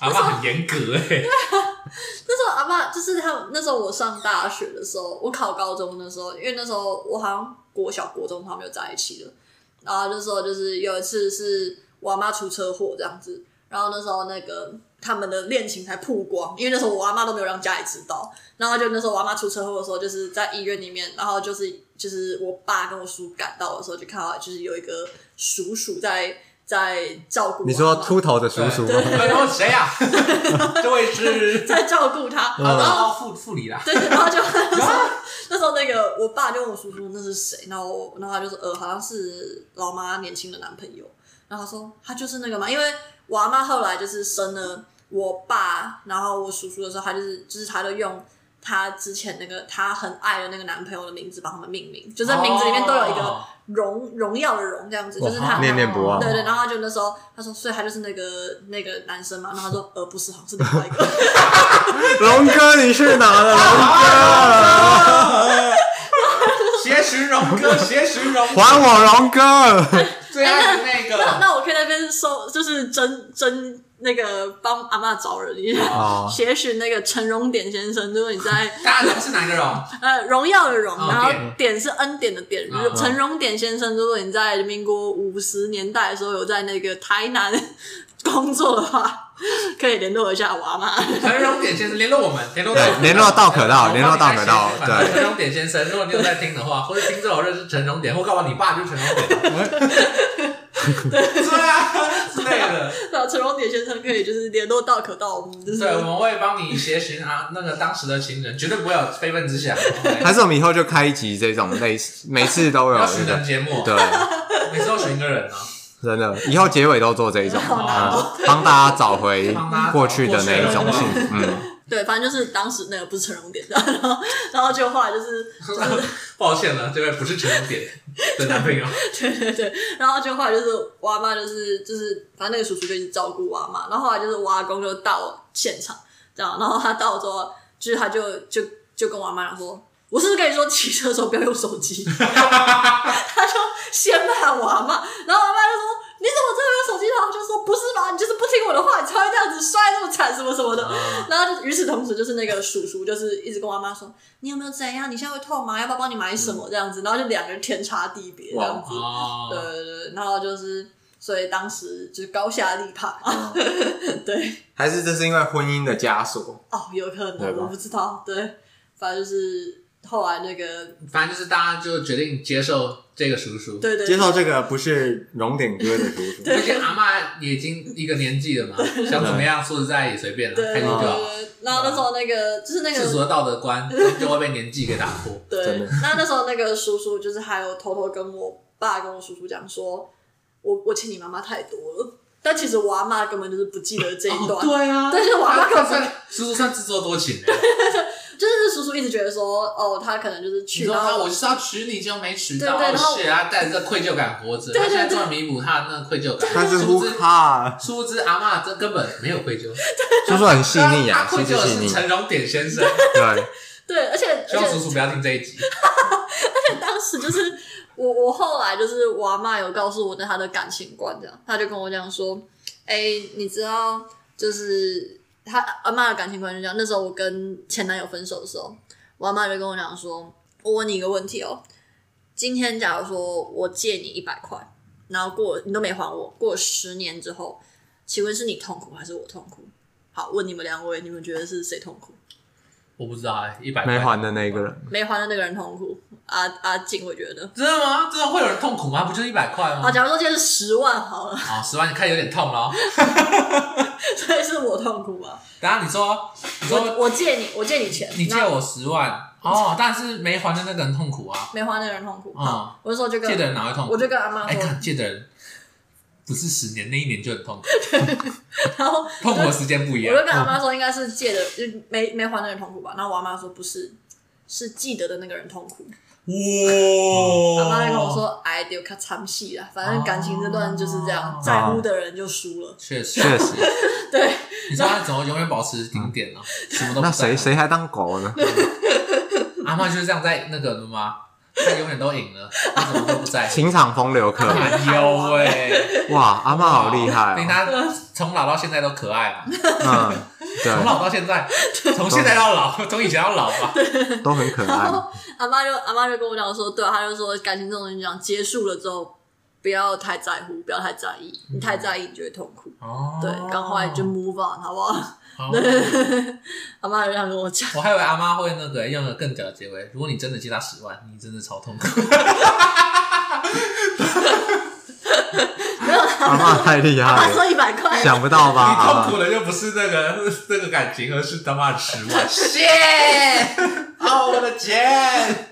S1: 阿爸很严格哎，
S3: 那时候阿妈就是他们那时候我上大学的时候，我考高中的时候，因为那时候我好像国小国中他们就在一起了，然后那时候就是有一次是我阿妈出车祸这样子，然后那时候那个他们的恋情才曝光，因为那时候我阿妈都没有让家里知道，然后就那时候我阿妈出车祸的时候，就是在医院里面，然后就是就是我爸跟我叔赶到的时候，就看到就是有一个叔叔在在照顾我阿嬷，
S2: 你说秃头的 叔叔吗？
S1: 对，然后谁 呀？这位是
S3: 在照顾他，
S1: 啊，
S3: 然后
S1: 哦，副副
S2: 啊
S1: 理啦，
S3: 对，然后就那时候 那时候那个我爸就问我叔叔那是谁，然后我然后他就说呃好像是老妈年轻的男朋友，然后他说他就是那个嘛，因为我阿妈后来就是生了我爸，然后我叔叔的时候，他就是就是他就用。他之前那个他很爱的那个男朋友的名字帮他们命名，就是名字里面都有一个
S1: 哦
S3: 荣荣耀的荣这样子，
S2: 哇
S3: 就是他
S2: 念念不忘
S3: 对对，然后他就那时候他说，所以他就是那个那个男生嘛，然后他说呃不是，好像是另外一个，
S2: 龙哥，你去哪了？龙
S1: 邪石荣哥，邪石荣
S2: 哥，还我龙哥！
S1: 最爱的那
S3: 那
S1: 个，
S3: 那我可以在那边搜，就是真真那个帮阿妈找人一下，
S2: 哦，
S3: 写许那个陈荣典先生，如果你在
S1: 大家是哪个荣？
S3: 呃荣耀的荣，
S1: 哦
S3: 然后
S1: 典
S3: 典是恩典的典
S1: 嗯，
S3: 陈荣典先生，如果你在民国五十年代的时候有在那个台南 工作的话，可以联络一下我阿妈。
S1: 陈荣典先生联络我们，联络
S2: 对联络道可道联络道可道对
S1: 陈荣典先生，如果你有在听的话，或 者听众有认识陈荣典，或告诉你爸就是陈荣典，对啊之类的。
S3: 那陈荣典先生可以就是联络到可到我们，就是
S1: 对，我们会帮你协寻啊，那个当时的情人，绝对不会有非分之想。
S2: 还是我们以后就开一集这种类似，每次都有
S1: 要寻
S2: 这
S1: 人
S2: 种。
S1: 节目，啊
S2: 对，
S1: 每次都寻一个人啊，
S2: 真的，以后结尾都做这 一种，
S3: 好
S1: 难
S2: 嗯
S1: 哦，
S2: 帮大家找回
S1: 帮大家
S2: 过去的那一种
S1: 过去
S2: 幸
S1: 的
S2: 福。嗯，
S3: 对，反正就是当时那个不是陈荣典，然后然后就后来就是
S1: 抱歉了，这位不是陈荣典的男朋友。
S3: 对对对，然后就后来就是我阿妈就是就是，反正那个叔叔就一直照顾我阿啊妈，然后后来就是我阿公就到现场，这样，然后他到之后，就是他就就就跟我阿妈讲说，我是不是跟你说骑车的时候不要用手机？ 他就先骂我阿妈，然后我阿妈就说你怎么这么用手机？他然后就说不是吧，你就是不听我的话，你才会这样子摔得那么惨，什么什么的。
S1: 嗯
S3: 然后就与此同时，就是那个叔叔就是一直跟我妈说，你有没有怎样？你现在会痛吗？要不要帮你买什么？这样子，然后就两个人天差地别这样子。
S1: 哦，
S3: 对对对，然后就是，所以当时就是高下立判嘛。对，
S2: 还是这是因为婚姻的枷锁？
S3: 哦，有可
S2: 对
S3: 能
S2: 吧
S3: 我不知道，对，反正就是后来那个，
S1: 反正就是大家就决定接受这个叔叔。，
S3: 对对
S2: 接受这个不是荣鼎哥的叔叔，
S1: 而且阿嬷也已经一个年纪了嘛，想怎么样说实在也随便了，
S3: 对
S1: 开
S3: 对对
S1: 心就好。
S3: 对，然后那时候那个就是那
S1: 世俗
S3: 个。
S1: 的道德观就会被年纪给打 破。
S3: 对
S2: 真的，
S3: 那那时候那个叔叔就是还有偷偷跟我爸跟我叔叔讲说，我我请你妈妈太多了，但其实我阿妈根本就是不记得这一段，
S1: 对啊，
S3: 但是我阿妈
S1: 他
S3: 根本
S1: 算叔叔算自作多情欸的。
S3: 就是叔叔一直觉得说，哦，他可能就是
S1: 你
S3: 去
S1: 说
S3: 到
S1: 他我就是要娶你，结果没娶到，
S3: 对对然后
S1: 哦是啊，带着这愧疚感活着，
S3: 对对
S1: 他现在
S3: 对
S1: 终于弥补他的那个愧疚感。
S2: 他是
S1: 殊
S2: 呼
S1: 不知，
S2: 哈，
S1: 殊不知阿嬷这根本没有愧疚，
S2: 叔叔很细腻
S1: 他
S2: 啊，
S1: 他
S2: 心
S1: 愧疚
S2: 思
S1: 的
S2: 细
S1: 是
S2: 腻，
S1: 陈荣典先 生。
S2: 对，
S3: 对，而且而
S1: 希
S3: 且
S1: 望叔叔不要听这一集。
S3: 当时就是我，我后来就是我阿妈有告诉我的她的感情观，这样，她就跟我讲说，哎、你知道，就是她阿妈的感情观就这样。那时候我跟前男友分手的时候，我阿妈就跟我讲说，我问你一个问题哦，今天假如说我借你一百块，然后过你都没还我，过了十年之后，请问是你痛苦还是我痛苦？好，问你们两位，你们觉得是谁痛苦？
S1: 我不知道哎，一百
S2: 没还的那个人，
S3: 没还的那个人痛苦。阿阿静，我觉得。
S1: 真的吗？真的会有人痛苦吗？不就是一百块吗
S3: 好，？假如说今天是十万好了，
S1: 好，十万你看有点痛了哦。
S3: 所以是我痛苦吧？
S1: 等一下你说，你
S3: 我
S1: 说
S3: 我借你，我借你钱，
S1: 你借
S3: 那
S1: 我十万哦，但是没还的那个人痛苦啊，
S3: 没还那个人痛苦。
S1: 嗯
S3: 好，我那时候就
S1: 借的
S3: 跟
S1: 人哪会痛苦？
S3: 我就跟阿妈
S1: 哎，
S3: 说，
S1: 看借的人不是十年，那一年就很痛苦，
S3: 然后
S1: 痛苦的时间不一
S3: 我
S1: 样
S3: 就。跟阿妈说，应该是借的，就没没还那个人痛苦吧？然后我阿妈说不是，是记得的那个人痛苦。
S1: 哦哇！
S3: 阿妈就跟我，说，哎，丢卡惨戏啊，反正感情这段就是这样
S1: 哦，
S3: 在乎的人就输了。
S1: 确实
S2: 确实，
S3: 对，
S1: 你说他怎么永远保持顶点呢？什么都不
S2: 那
S1: 在
S2: 谁谁还当狗呢？
S1: 阿妈就是这样在那个的吗？他永远都赢了，他什么都不在乎。
S2: 情场风流客，
S3: 啊
S1: 哎呦喂，
S2: 哇，阿妈好厉害
S1: 令
S2: 哦，
S1: 他从老到现在都可爱嘛，
S2: 嗯，
S1: 从
S2: 对，
S1: 老到现在，从现在到老，从以前到老吧。
S2: 都很可
S3: 然
S2: 爱，
S3: 后阿妈就阿妈就跟我讲说，对啊，她就说感情这种东西，讲结束了之后，不要太在乎，不要太在意，你太在意你就会痛苦。
S1: 哦
S3: 对，赶快就 move on，好不好？
S1: 好
S3: 阿妈就这样跟我讲，
S1: 我还以为阿妈会那个用了更屌的结尾。如果你真的借他十万，你真的超痛苦。
S2: 阿妈太厉害
S3: 阿妈
S2: 了，
S3: 说一百块，
S2: 想不到吧？阿
S1: 你痛苦
S2: 嬷
S1: 的就不是那个 那个感情，而是他妈的十万。
S3: 谢。
S1: 哦，我的钱。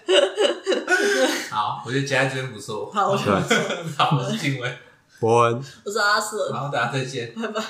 S1: 好，我觉得结在这边不错。
S3: 好，我
S2: 啊对，
S1: 好，我是静伟，
S2: 伯恩。
S3: 我是阿瑟，
S1: 然后大家再见。
S3: 拜拜。